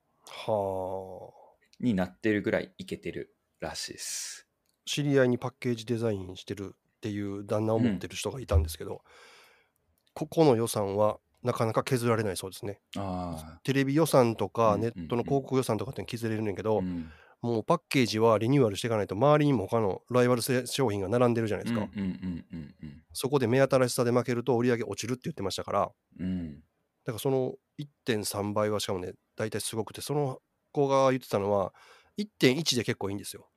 [SPEAKER 1] はあ。
[SPEAKER 2] になってるぐらいいけてるらしいです。
[SPEAKER 1] 知り合いにパッケージデザインしてるっていう旦那を持ってる人がいたんですけど、ここの予算はなかなか削られないそうですね。
[SPEAKER 2] あ
[SPEAKER 1] テレビ予算と
[SPEAKER 2] う
[SPEAKER 1] か
[SPEAKER 2] んうん
[SPEAKER 1] ネ
[SPEAKER 2] うん
[SPEAKER 1] ットの広告予算とかって削れるねんけ
[SPEAKER 2] あ、
[SPEAKER 1] ど、
[SPEAKER 2] うん
[SPEAKER 1] もうパッケージはリニューアルしていかないと周りにも他のライバル製商品が並んでるじゃないですか、
[SPEAKER 2] うんうんうんうん
[SPEAKER 1] そこで目新しさで負けると売り上げ落ちるって言ってましたからだ
[SPEAKER 2] うんうん
[SPEAKER 1] からその1.3倍はしかもね大体すごくてその子が言ってたのは1.1で結構いいんですよ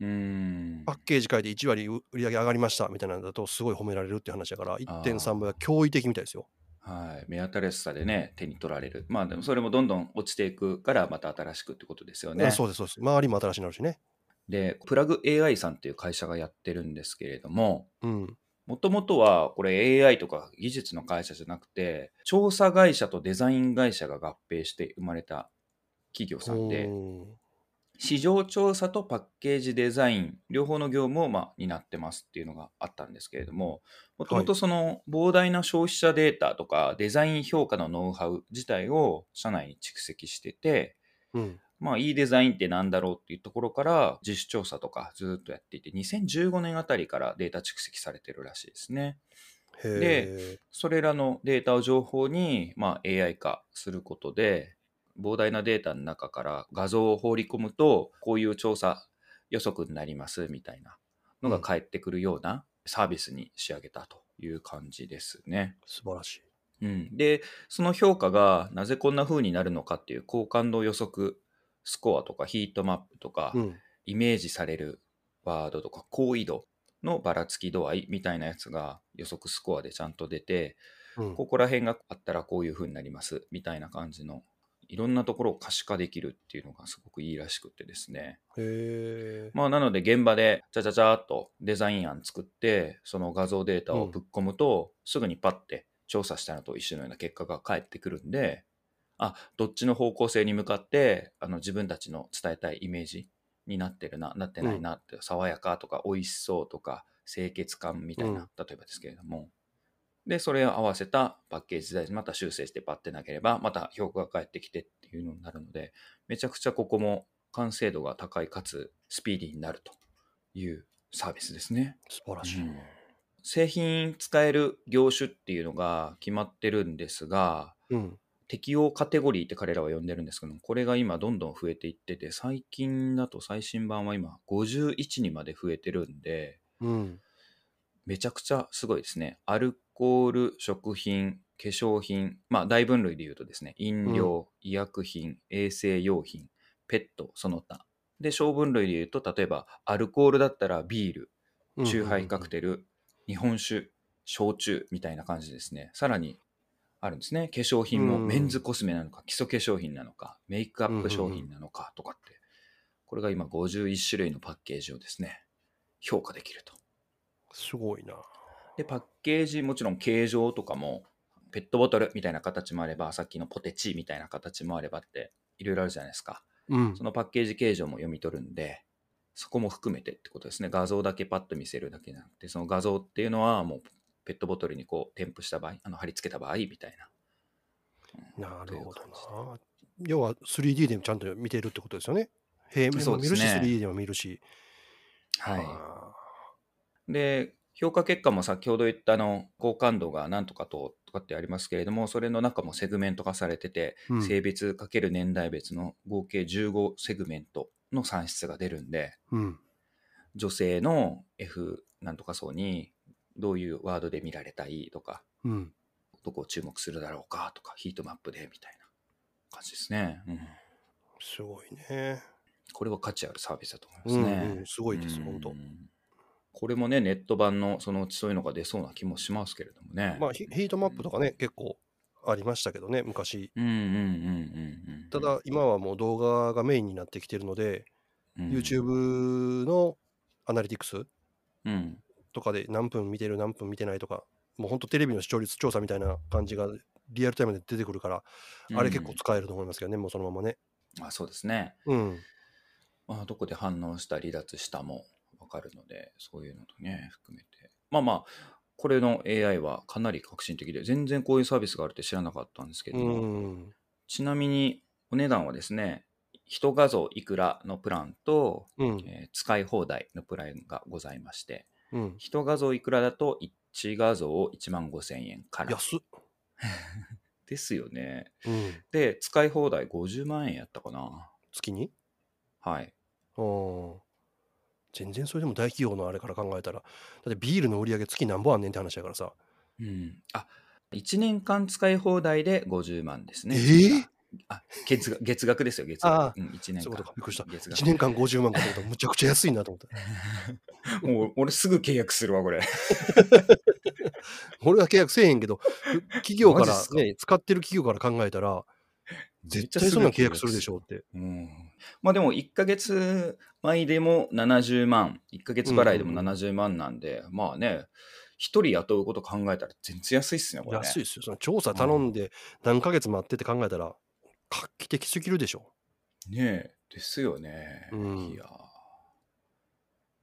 [SPEAKER 2] うん
[SPEAKER 1] パッケージ変えて1割売り上げ上がりましたみたいなのだとすごい褒められるって話だから1.3倍は驚異的みたいですよ
[SPEAKER 2] はい、目新しさでね手に取られるまあでもそれもどんどん落ちていくからまた新しくってことですよ
[SPEAKER 1] あ
[SPEAKER 2] ね
[SPEAKER 1] そうですそうです周りも新しいなるしね
[SPEAKER 2] でプラグ AI さんっていう会社がやってるんですけれども
[SPEAKER 1] うん
[SPEAKER 2] もともとはこれ AI とか技術の会社じゃなくて調査会社とデザイン会社が合併して生まれた企業さんで
[SPEAKER 1] おー
[SPEAKER 2] 市場調査とパッケージデザイン両方の業務をまあ担ってますっていうのがあったんですけれどももともとその膨大な消費者データとかデザイン評価のノウハウ自体を社内に蓄積してて
[SPEAKER 1] うん
[SPEAKER 2] まあいいデザインってなんだろうっていうところから自主調査とかずっとやっていて2015年あたりからデータ蓄積されてるらしいですね
[SPEAKER 1] へえ
[SPEAKER 2] それらのデータを情報にまあ AI 化することで膨大なデータの中から画像を放り込むとこういう調査予測になりますみたいなのが返ってくるようなサービスに仕上げたという感じですね。
[SPEAKER 1] 素晴らしい
[SPEAKER 2] うん、でその評価がなぜこんな風になるのかっていう好感度予測スコアとかヒートマップとか、
[SPEAKER 1] うん
[SPEAKER 2] イメージされるワードとか好意度のばらつき度合いみたいなやつが予測スコアでちゃんと出て
[SPEAKER 1] うん
[SPEAKER 2] ここら辺があったらこういう風になりますみたいな感じのいろんなところを可視化できるっていうのがすごくいいらしくてですね。
[SPEAKER 1] へえ
[SPEAKER 2] まあなので現場でちゃちゃちゃっとデザイン案作ってその画像データをぶっ込むとすぐにパッて調査したのと一緒のような結果が返ってくるんであどっちの方向性に向かってあの自分たちの伝えたいイメージになってるななってないなって、爽やかとか美味しそうとか清潔感みたいな、
[SPEAKER 1] うん
[SPEAKER 2] 例えばですけれどもでそれを合わせたパッケージデザインまた修正してパッてなければまた評価が返ってきてっていうのになるのでめちゃくちゃここも完成度が高いかつスピーディーになるというサービスですね。
[SPEAKER 1] 素晴らしい、
[SPEAKER 2] うん製品使える業種っていうのが決まってるんですが
[SPEAKER 1] うん
[SPEAKER 2] 適用カテゴリーって彼らは呼んでるんですけどこれが今どんどん増えていってて最近だと最新版は今51にまで増えてるんで
[SPEAKER 1] うん
[SPEAKER 2] めちゃくちゃすごいですね。アルコール、食品、化粧品、まあ大分類で言うとですね、飲料、医薬品、衛生用品、ペット、その他。で、小分類で言うと、例えばアルコールだったらビール、
[SPEAKER 1] うん
[SPEAKER 2] 酎ハイカクテル、日本酒、焼酎みたいな感じですね。さらにあるんですね。化粧品も
[SPEAKER 1] うん
[SPEAKER 2] メンズコスメなのか、基礎化粧品なのか、メイクアップ商
[SPEAKER 1] うんうんう
[SPEAKER 2] 品なのかとかって、これが今51種類のパッケージをですね、評価できると。
[SPEAKER 1] すごいな
[SPEAKER 2] で、パッケージ、もちろん形状とかも、ペットボトルみたいな形もあれば、さっきのポテチみたいな形もあればって、いろいろあるじゃないですか。
[SPEAKER 1] うん
[SPEAKER 2] そ。のパッケージ形状も読み取るんで、そこも含めてってことですね。画像だけパッと見せるだけじゃなくて、その画像っていうのはもうペットボトルにこう添付した場合、あの貼り付けた場合みたいな。
[SPEAKER 1] なるほど
[SPEAKER 2] という感じで
[SPEAKER 1] な。要は 3D でもちゃんと見てるってことですよね。平面も見るし、
[SPEAKER 2] そうですね
[SPEAKER 1] 3D でも見るし。
[SPEAKER 2] は
[SPEAKER 1] あ
[SPEAKER 2] い。で、評価結果も先ほど言ったあの好感度が何とかととかってありますけれども、それの中もセグメント化されてて、
[SPEAKER 1] ーうん
[SPEAKER 2] 性別かける年代別の合計15セグメントの算出が出るんで、
[SPEAKER 1] うん。
[SPEAKER 2] 女性の F なんとか層にどういうワードで見られたいとか、
[SPEAKER 1] うん。
[SPEAKER 2] どこを注目するだろうかとか、ヒートマップでみたいな感じですね。うん、
[SPEAKER 1] すごいね。
[SPEAKER 2] これは価値あるサービスだと思いま
[SPEAKER 1] う
[SPEAKER 2] す
[SPEAKER 1] ん
[SPEAKER 2] ね。
[SPEAKER 1] うん、すごいです、本当
[SPEAKER 2] う。んこれもね、ネット版のそのうちそういうのが出そうな気もしますけれどもね。
[SPEAKER 1] まあヒ、ヒートマップとかね、結構ありましたけどね、昔。
[SPEAKER 2] うんうんうんうんうん。
[SPEAKER 1] ただ、今はもう動画がメインになってきてるので、
[SPEAKER 2] うん、
[SPEAKER 1] YouTube のアナリティクス
[SPEAKER 2] うん。
[SPEAKER 1] とかで何分見てる、何分見てないとか、もう本当テレビの視聴率調査みたいな感じがリアルタイムで出てくるから、あれ結構使えると思いますけどね、もうそのままね。
[SPEAKER 2] うんあそうですね。
[SPEAKER 1] うん。
[SPEAKER 2] まあ、どこで反応した、離脱したもわかるので、そういうのとね、含めて。まあまあ、これの AI はかなり革新的で、全然こういうサービスがあるって知らなかったんですけど
[SPEAKER 1] う
[SPEAKER 2] も、
[SPEAKER 1] ん。
[SPEAKER 2] ちなみにお値段はですね、1画像いくらのプランと、
[SPEAKER 1] うん。
[SPEAKER 2] えー使い放題のプランがございまして、
[SPEAKER 1] うん。
[SPEAKER 2] 1画像いくらだと1画像1万5千円から。
[SPEAKER 1] 安っ。
[SPEAKER 2] ですよね。
[SPEAKER 1] うん。
[SPEAKER 2] で、使い放題50万円やったかな。
[SPEAKER 1] 月に
[SPEAKER 2] はい。
[SPEAKER 1] うん。全然それでも大企業のあれから考えたら、だってビールの売り上げ月何本あんねんって話やからさ。
[SPEAKER 2] うん。あ、1年間使い放題で50万ですね。
[SPEAKER 1] えー
[SPEAKER 2] 次があ月額、月額ですよ、月額。
[SPEAKER 1] あ
[SPEAKER 2] うん、1年間。
[SPEAKER 1] そういうことか。びっくりした。
[SPEAKER 2] 月
[SPEAKER 1] 1
[SPEAKER 2] 額
[SPEAKER 1] 年間50万かと思ったらむちゃくちゃ安いなと思った。
[SPEAKER 2] もう、俺すぐ契約するわ、これ。
[SPEAKER 1] 俺は契約せえへんけど、企業か
[SPEAKER 2] マジ
[SPEAKER 1] ら
[SPEAKER 2] っす、か
[SPEAKER 1] ね、使ってる企業から考えたら、絶対そんなん契約するでしょうって。
[SPEAKER 2] う。ん。まあでも、1ヶ月前でも70万、1ヶ月払いでも
[SPEAKER 1] うんうん
[SPEAKER 2] 70万なんで、まあね、一人雇うこと考えたら全然安いっすね、これ、ね。
[SPEAKER 1] 安いですよ。その調査頼んで何ヶ月待ってって考えたら、画期的すぎるでしょ。
[SPEAKER 2] ねえ、ですよね。
[SPEAKER 1] うん
[SPEAKER 2] いやー、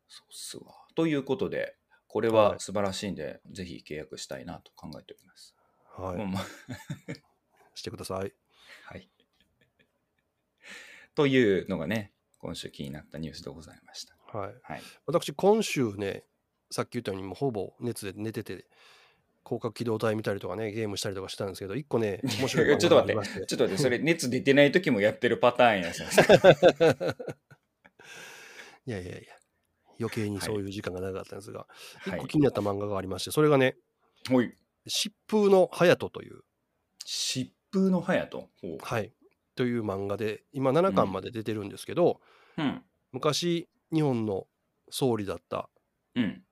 [SPEAKER 2] そうっすわ。ということで、これ
[SPEAKER 1] は
[SPEAKER 2] はい素晴らしいんで、ぜひ契約したいなと考えております。
[SPEAKER 1] は
[SPEAKER 2] まあ
[SPEAKER 1] い。
[SPEAKER 2] まあ
[SPEAKER 1] してください。
[SPEAKER 2] はい。というのがね、今週気になったニュースでございました。
[SPEAKER 1] はい。
[SPEAKER 2] はい。
[SPEAKER 1] 私、今週ね、さっき言ったように、もうほぼ熱で寝てて、広角機動隊見たりとかね、ゲームしたりとかしてたんですけど、一個ね、面白い
[SPEAKER 2] ちょっと
[SPEAKER 1] 漫画が
[SPEAKER 2] 待って
[SPEAKER 1] ありまして
[SPEAKER 2] ちょっと待って、それ、熱出てない時もやってるパターンや さ。
[SPEAKER 1] いやいやいや、余計にそういう時間が長かったんですが、一、
[SPEAKER 2] はい
[SPEAKER 1] 個気になった漫画がありまして、それがね、
[SPEAKER 2] おい、
[SPEAKER 1] 疾風の隼人という、
[SPEAKER 2] 疾風の隼人。ほ
[SPEAKER 1] はい、という漫画で、今7巻まで出てるんですけど、
[SPEAKER 2] ううん。
[SPEAKER 1] 昔、日本の総理だった
[SPEAKER 2] うん。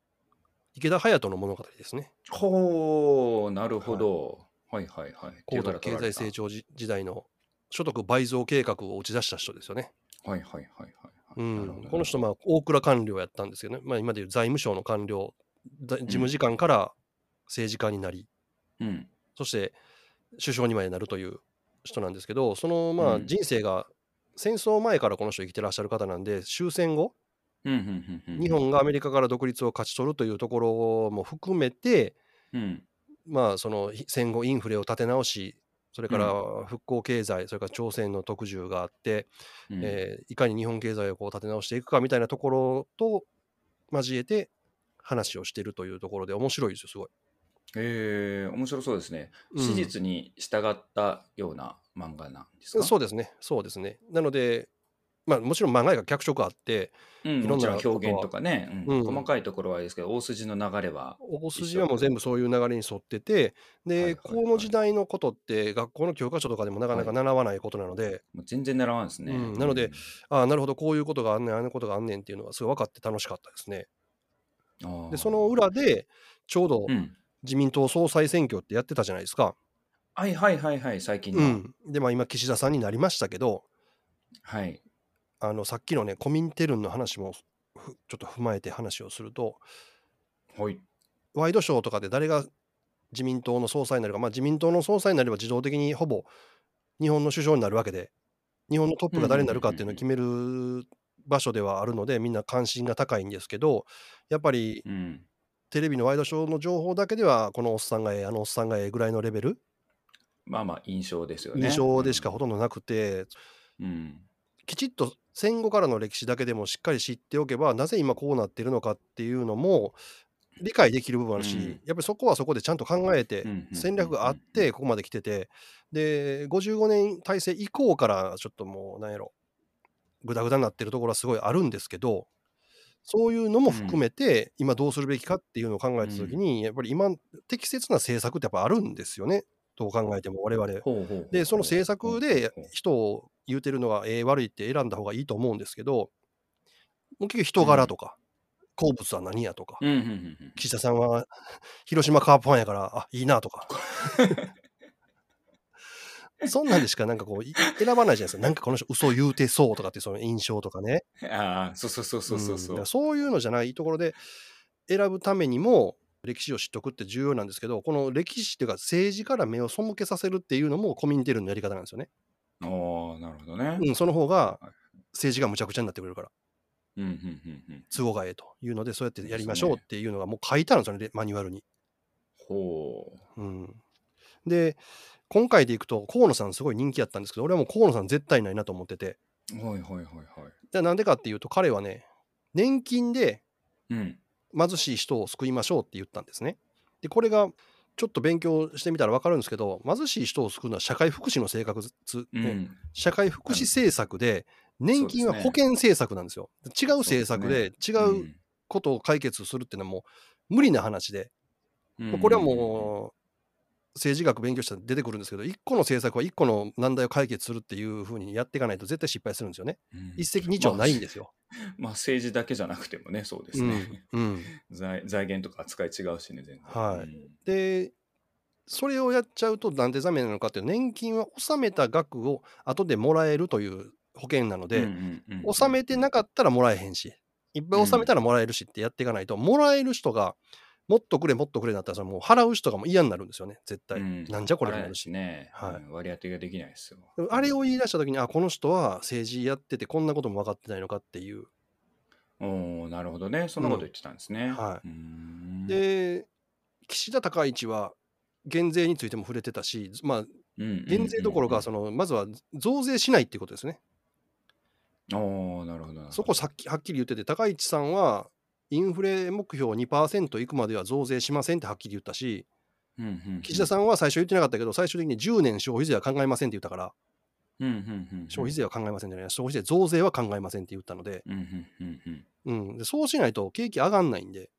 [SPEAKER 1] 池田隼人の物語ですね。
[SPEAKER 2] ほう、なるほど。はい、はい、はい。
[SPEAKER 1] 高
[SPEAKER 2] 手
[SPEAKER 1] 度
[SPEAKER 2] 柄取
[SPEAKER 1] 経
[SPEAKER 2] られ
[SPEAKER 1] 済
[SPEAKER 2] た
[SPEAKER 1] 成。長時時代の所得倍増計画を打ち出した人ですよね。
[SPEAKER 2] はい、はい、はい、はいはい。
[SPEAKER 1] うん
[SPEAKER 2] なるほど
[SPEAKER 1] この人、まあ、大蔵官僚やったんですけどね、まあ、今でいう財務省の官僚、ざ事務次官から政治家になり、
[SPEAKER 2] うん。
[SPEAKER 1] そして首相にまでなるという人なんですけど、そのま
[SPEAKER 2] う
[SPEAKER 1] あ
[SPEAKER 2] ん
[SPEAKER 1] 人生が戦争前からこの人生きてらっしゃる方なんで、終戦後、
[SPEAKER 2] うん、うん、うん。うん
[SPEAKER 1] 日。本がアメリカから独立を勝ち取るというところも含めて、
[SPEAKER 2] うん。
[SPEAKER 1] まあ、そのひ戦後インフレを立て直し、それから復興経済、それから朝鮮の特需があって、
[SPEAKER 2] うん
[SPEAKER 1] えーいかに日本経済をこう立て直していくかみたいなところと交えて話をしてるというところで面白いですよ、すごい。
[SPEAKER 2] えー、面白そうですね。
[SPEAKER 1] うん
[SPEAKER 2] 史実に従ったような漫画なんですか、
[SPEAKER 1] そうですね、そうですね。なので、まあ、もちろん漫画が脚色あって、
[SPEAKER 2] うん、
[SPEAKER 1] いろ
[SPEAKER 2] も
[SPEAKER 1] ん
[SPEAKER 2] ち
[SPEAKER 1] な
[SPEAKER 2] ろん表現とかね、うん
[SPEAKER 1] うん
[SPEAKER 2] 細かいところはあれですけど、大筋の流れは。
[SPEAKER 1] 大筋はもう全部そういう流れに沿ってて、で、
[SPEAKER 2] はいはいはい
[SPEAKER 1] この時代のことって学校の教科書とかでもなかなか習わないことなので、
[SPEAKER 2] もう全然習わんですね。
[SPEAKER 1] うんなのでああ、なるほど、こういうことがあんねん、あんなことがあんねんっていうのがすごい分かって楽しかったですね。
[SPEAKER 2] うん、
[SPEAKER 1] で、その裏で、ちょうど
[SPEAKER 2] あー、うん。
[SPEAKER 1] 自民党総裁選挙ってやってたじゃないですか。
[SPEAKER 2] はいはいはいはい、最近の。
[SPEAKER 1] うん、で、まあ今、岸田さんになりましたけど、
[SPEAKER 2] はい。
[SPEAKER 1] あのさっきのね、コミンテルンの話もふちょっと踏まえて話をすると、
[SPEAKER 2] はい。
[SPEAKER 1] ワイドショーとかで誰が自民党の総裁になるか、まあ、自民党の総裁になれば自動的にほぼ日本の首相になるわけで、日本のトップが誰になるかっていうのを決める場所ではあるので、みんな関心が高いんですけど、やっぱり
[SPEAKER 2] うん。
[SPEAKER 1] テレビのワイドショーの情報だけでは、このおっさんがええ、あのおっさんがええぐらいのレベル、
[SPEAKER 2] まあまあ、印象ですよね。
[SPEAKER 1] 印象でしかほとんどなくて、
[SPEAKER 2] うん。
[SPEAKER 1] きちっと戦後からの歴史だけでもしっかり知っておけば、なぜ今こうなってるのかっていうのも理解できる部分あるし、
[SPEAKER 2] うん
[SPEAKER 1] やっぱりそこはそこでちゃんと考えて
[SPEAKER 2] うんうんうんうん
[SPEAKER 1] 戦略があって、ここまで来てて、で、55年体制以降から、ちょっともう、なんやろ、ぐだぐだになってるところはすごいあるんですけど、そういうのも含めて、今どうするべきかっていうのを考えたときに、やっぱり今、適切な政策ってやっぱあるんですよね、どう考えても、我々。
[SPEAKER 2] ほうほうほう
[SPEAKER 1] で、その政策で
[SPEAKER 2] ほうほう
[SPEAKER 1] 人を言うてるのが、えー悪いって選んだ方がいいと思うんですけど、もう結局人柄とか、好物は何やとか、
[SPEAKER 2] うんうんうんうん
[SPEAKER 1] 岸田さんは広島カープファンやから、あいいなと か。そんなんでしかなんかこうい選ばないじゃないですか。なんかこの人嘘言うてそうとかってその印象とかね。
[SPEAKER 2] ああ、そうそうそうそうそうそ
[SPEAKER 1] んだか
[SPEAKER 2] う
[SPEAKER 1] ら。そういうのじゃないところで選ぶためにも歴史を知っておくって重要なんですけど、この歴史っていうか政治から目を背けさせるっていうのもコミュニティルのやり方なんですよね。
[SPEAKER 2] ああ、なるほどね。
[SPEAKER 1] うん、その方が
[SPEAKER 2] はい
[SPEAKER 1] 政治がむちゃくちゃになってくれるから、
[SPEAKER 2] うんうんうんうん。
[SPEAKER 1] 都合がええというので、そうやってやりまし
[SPEAKER 2] そ
[SPEAKER 1] ょ
[SPEAKER 2] う
[SPEAKER 1] う
[SPEAKER 2] ですね
[SPEAKER 1] っていうのがもう書いてあるんですよね、マニュアルに。
[SPEAKER 2] ほう。
[SPEAKER 1] うん、で、今回でいくと、河野さん、すごい人気やったんですけど、俺はもう河野さん絶対ないなと思ってて、
[SPEAKER 2] はいはいはいはい。
[SPEAKER 1] でなんでかっていうと、彼はね、年金で
[SPEAKER 2] うん。
[SPEAKER 1] 貧しい人を救いましょうって言ったんですね。で、これがちょっと勉強してみたら分かるんですけど、貧しい人を救うのは社会福祉の性格、
[SPEAKER 2] う
[SPEAKER 1] ね
[SPEAKER 2] ん。
[SPEAKER 1] 社会福祉政策で、年金は
[SPEAKER 2] そう
[SPEAKER 1] 保
[SPEAKER 2] ですね
[SPEAKER 1] 険政策なんですよ。違う政策で、違うことを解決するっていうのはもう無理な話で、
[SPEAKER 2] うん。
[SPEAKER 1] もうこれはもう政治学勉強したら出てくるんですけど一個の政策は一個の難題を解決するっていうふうにやっていかないと絶対失敗するんですよね。
[SPEAKER 2] うん、うん
[SPEAKER 1] 一石二鳥ないんですよ。
[SPEAKER 2] まあ政治だけじゃなくてもね、そうですね。
[SPEAKER 1] うん、
[SPEAKER 2] 財財源とか扱い違うしね、全然。
[SPEAKER 1] はい
[SPEAKER 2] うん
[SPEAKER 1] でそれをやっちゃうとなんでダメなのかっていう年金は納めた額を後でもらえるという保険なので、
[SPEAKER 2] うんうんうん
[SPEAKER 1] 納めてなかったらもらえへんしいっぱい納めたらもらえるしってやっていかないと、もらえる人がもっとくれもっとくれだったらそれもう払う人がもう嫌になるんですよね絶対、
[SPEAKER 2] うん
[SPEAKER 1] なんじゃこれに
[SPEAKER 2] あ
[SPEAKER 1] な
[SPEAKER 2] れ
[SPEAKER 1] るし
[SPEAKER 2] しね、
[SPEAKER 1] はい
[SPEAKER 2] うん割り当てができないですよ。
[SPEAKER 1] でもあれを言い出した時にあこの人は政治やっててこんなことも分かってないのかっていう。
[SPEAKER 2] おおなるほどね。そんなこと言ってたんですね。
[SPEAKER 1] んは
[SPEAKER 2] うーん、
[SPEAKER 1] で岸田高市は減税についても触れてたし、まあ、
[SPEAKER 2] うんうんうんうん、
[SPEAKER 1] 減税どころかそのまずは増税しないっていうことですね。
[SPEAKER 2] おおなるほどなるほど。
[SPEAKER 1] そこさっきはっきり言ってて高市さんはインフレ目標2%いくまでは増税しませんってはっきり言ったし
[SPEAKER 2] うんうんうん、
[SPEAKER 1] 岸田さんは最初言ってなかったけど最終的に10年消費税は考えませんって言ったから
[SPEAKER 2] うん、うんうんうん、
[SPEAKER 1] 消費税は考えませんじゃない消費税増税は考えませんって言ったので,、
[SPEAKER 2] うんうんうんうん
[SPEAKER 1] うん、でそうしないと景気上がんないんで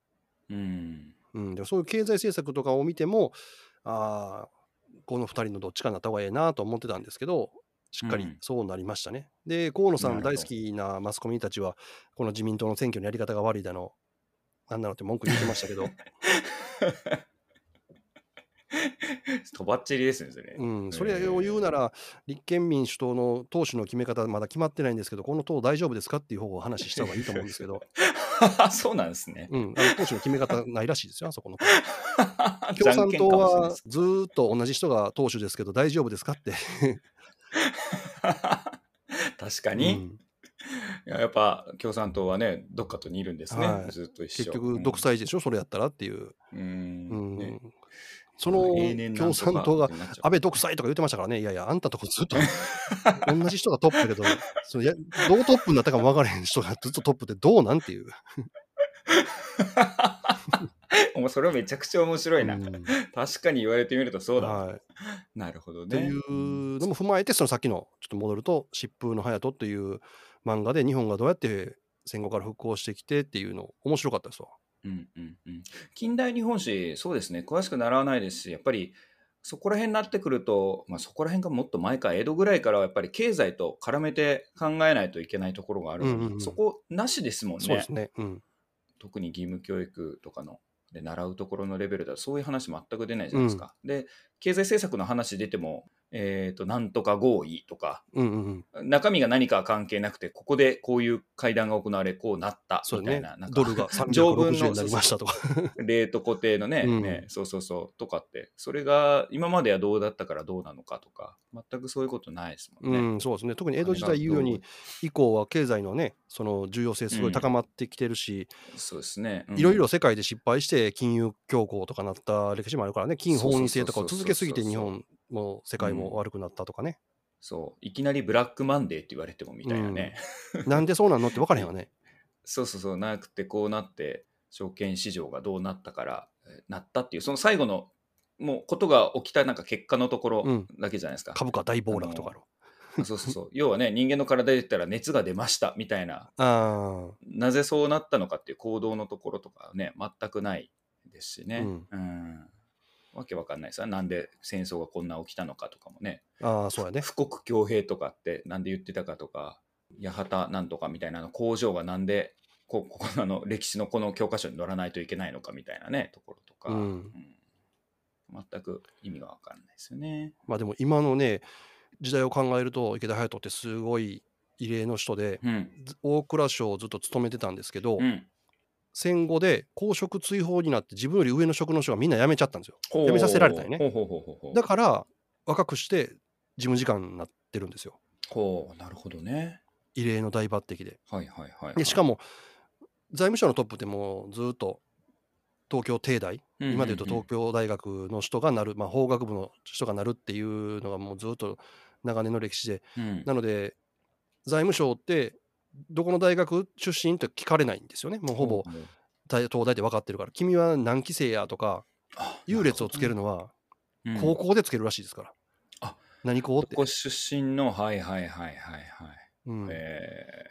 [SPEAKER 2] うん
[SPEAKER 1] うん、でもそういう経済政策とかを見てもあーこの2人のどっちかになった方がええなと思ってたんですけどしっか
[SPEAKER 2] う
[SPEAKER 1] り
[SPEAKER 2] ん
[SPEAKER 1] そうなりましたね。で河野さ
[SPEAKER 2] なんるほど
[SPEAKER 1] 大好きなマスコミたちはこの自民党の選挙のやり方が悪いだのなんなのって文句言ってましたけ ど、
[SPEAKER 2] とばっちりですね、それ。
[SPEAKER 1] うん、それを言うなら立憲民主党の党首の決め方まだ決まってないんですけどこの党大丈夫ですかっていう方を話した方がいいと思うんですけ ど、
[SPEAKER 2] ら、そうなんですね。
[SPEAKER 1] うん、あの党首の決め方ないらしいですよあそこ の党。
[SPEAKER 2] 共
[SPEAKER 1] 共産党はずーっと同じ人が党首ですけど大丈夫ですかって。
[SPEAKER 2] 確か
[SPEAKER 1] う
[SPEAKER 2] に、
[SPEAKER 1] ん
[SPEAKER 2] いややっぱ共産党はね、どっかと似るんですね、
[SPEAKER 1] はい
[SPEAKER 2] ずっと一緒。
[SPEAKER 1] 結局独裁でしょ、それやったらっていう、
[SPEAKER 2] うん。うん
[SPEAKER 1] うん
[SPEAKER 2] ね
[SPEAKER 1] その
[SPEAKER 2] 永年なん
[SPEAKER 1] 共
[SPEAKER 2] とか
[SPEAKER 1] 産党が
[SPEAKER 2] になっちゃう
[SPEAKER 1] 安倍独裁とか言ってましたからねいやいやあんたとこずっ と同じ人がトップだけどそのやどうトップになったかも分からへん人がずっとトップってどうなんっていう、
[SPEAKER 2] お前それはめちゃくちゃ面白いな。
[SPEAKER 1] うん
[SPEAKER 2] 確かに言われてみるとそうだ。
[SPEAKER 1] はい、
[SPEAKER 2] なるほど
[SPEAKER 1] と
[SPEAKER 2] ね。
[SPEAKER 1] いうのも踏まえてそのさっきのちょっと戻ると「疾風の隼人」っていう漫画で日本がどうやって戦後から復興してきてっていうの面白かったですわ。
[SPEAKER 2] うんうんうん、近代日本史、そうですね、詳しく習わないですし、やっぱりそこら辺になってくると、まあ、そこら辺がもっと前か、江戸ぐらいからはやっぱり経済と絡めて考えないといけないところがあるのに、
[SPEAKER 1] うんうんうん
[SPEAKER 2] そこなしですもんね
[SPEAKER 1] そうですね、うん
[SPEAKER 2] 特に義務教育とかので習うところのレベルではそういう話全く出ないじゃないですか。で、経済政策の話出ても、えーと、なんとか合意とか、
[SPEAKER 1] うんうんうん。
[SPEAKER 2] 中身が何かは関係なくて、ここでこういう会談が行われ、こうなった
[SPEAKER 1] そう
[SPEAKER 2] みた
[SPEAKER 1] ね
[SPEAKER 2] いな、なん。か
[SPEAKER 1] ドルが
[SPEAKER 2] 条文の
[SPEAKER 1] 360円になりま したとか。
[SPEAKER 2] レート固定のね,、
[SPEAKER 1] うん
[SPEAKER 2] ね、そうそうそうとかって、それが今まではどうだったからどうなのかとか、全くそういうことないですもん
[SPEAKER 1] う
[SPEAKER 2] ね。
[SPEAKER 1] ん、そうですね。特に江戸時代言うように、以降は経済のね、その重要性すごい高まってきてるし、
[SPEAKER 2] そうですね。うん
[SPEAKER 1] いろいろ世界で失敗して金融恐慌とかなった歴史もあるからね、金本位制とかを続けすぎて
[SPEAKER 2] そう
[SPEAKER 1] 日
[SPEAKER 2] そうそうそう
[SPEAKER 1] 本も世界も悪くなったとかね。
[SPEAKER 2] そういきなりブラックマンデーって言われてもみたいなね、
[SPEAKER 1] なんでそうなのって分からへんわ ね。
[SPEAKER 2] そうそうそうなくてこうなって証券市場がどうなったからえーなったっていうその最後のもうことが起きたなんか結果のとこ
[SPEAKER 1] う
[SPEAKER 2] ろ
[SPEAKER 1] ん
[SPEAKER 2] だけじゃないですか、
[SPEAKER 1] 株価大暴落とかの。
[SPEAKER 2] そうそうそう要はね人間の体で言ったら熱が出ましたみたいな
[SPEAKER 1] あ
[SPEAKER 2] なぜそうなったのかっていう行動のところとかはね全くないですしね、
[SPEAKER 1] うん
[SPEAKER 2] うんわけわかんないですよなんで戦争がこんな起きたのかとかもね
[SPEAKER 1] あ、ああ、そうやね。
[SPEAKER 2] 富国強兵とかってなんで言ってたかとか八幡なんとかみたいなの工場がなんでこここのあの歴史のこの教科書に載らないといけないのかみたいなねところとか、
[SPEAKER 1] うん
[SPEAKER 2] うん全く意味が分かんないですよね。
[SPEAKER 1] まあでも今のね、時代を考えると、池田隼人ってすごい異例の人で、
[SPEAKER 2] うん
[SPEAKER 1] ず大蔵省をずっと務めてたんですけど、
[SPEAKER 2] うん、
[SPEAKER 1] 戦後で公職追放になって、自分より上の職の人がみんな辞めちゃったんですよ。やめさせられたよね
[SPEAKER 2] ほうほうほうほうほう
[SPEAKER 1] だから、若くして事務次官になってるんですよ。
[SPEAKER 2] ほうなるほどね。
[SPEAKER 1] 異例の大抜擢で。
[SPEAKER 2] はいはいはい、はい。
[SPEAKER 1] でしかも、財務省のトップってもうずっと東京帝大、
[SPEAKER 2] うんうんうん、
[SPEAKER 1] 今でいうと東京大学の人がなる、まあ、法学部の人がなるっていうのがもうずっと長年の歴史で、
[SPEAKER 2] うん
[SPEAKER 1] なので、財務省って、どこの大学出身って聞かれないんですよね。もうほぼ
[SPEAKER 2] う
[SPEAKER 1] 大東大って分かってるから、君は何期生やとか、
[SPEAKER 2] あ
[SPEAKER 1] 優劣をつけるのは
[SPEAKER 2] なるほどね
[SPEAKER 1] 高校でつけるらしいですから。
[SPEAKER 2] あ
[SPEAKER 1] 何校っ
[SPEAKER 2] うん
[SPEAKER 1] て
[SPEAKER 2] こ、こ出身のはいはいはいはいはい。
[SPEAKER 1] うん
[SPEAKER 2] え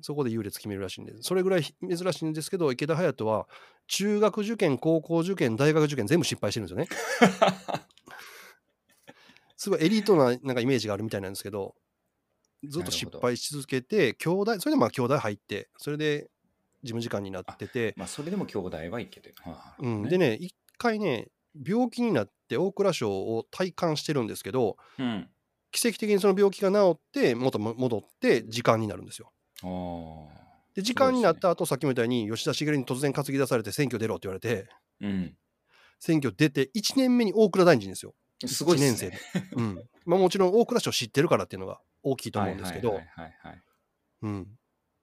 [SPEAKER 1] そこで優劣決めるらしいんで、それぐらい珍しいんですけど、池田隼人は中学受験、高校受験、大学受験全部失敗してるんですよね。 すごいエリートななんかイメージがあるみたいなんですけど、ずっと失敗し続けて、兄弟、それでまあ兄弟入って、それで事務次官になってて
[SPEAKER 2] ー、まあそれでも兄弟はいけてる。はあ
[SPEAKER 1] うん、
[SPEAKER 2] ね
[SPEAKER 1] でね、一回ね、病気になって大蔵省を退官してるんですけど、
[SPEAKER 2] うん。
[SPEAKER 1] 奇跡的にその病気が治って元も戻って時間になるんですよ。
[SPEAKER 2] あー
[SPEAKER 1] で時間になった後、さっきみたいに吉田茂に突然担ぎ出されて選挙出ろって言われて
[SPEAKER 2] うん。
[SPEAKER 1] 選挙出て1年目に大蔵大臣ですよ。
[SPEAKER 2] すごいっす
[SPEAKER 1] 一
[SPEAKER 2] ね
[SPEAKER 1] 年。うんまあ、もちろん大蔵省知ってるからっていうのが大きいと思うんですけ
[SPEAKER 2] は
[SPEAKER 1] ど
[SPEAKER 2] い、はいはいはい
[SPEAKER 1] うん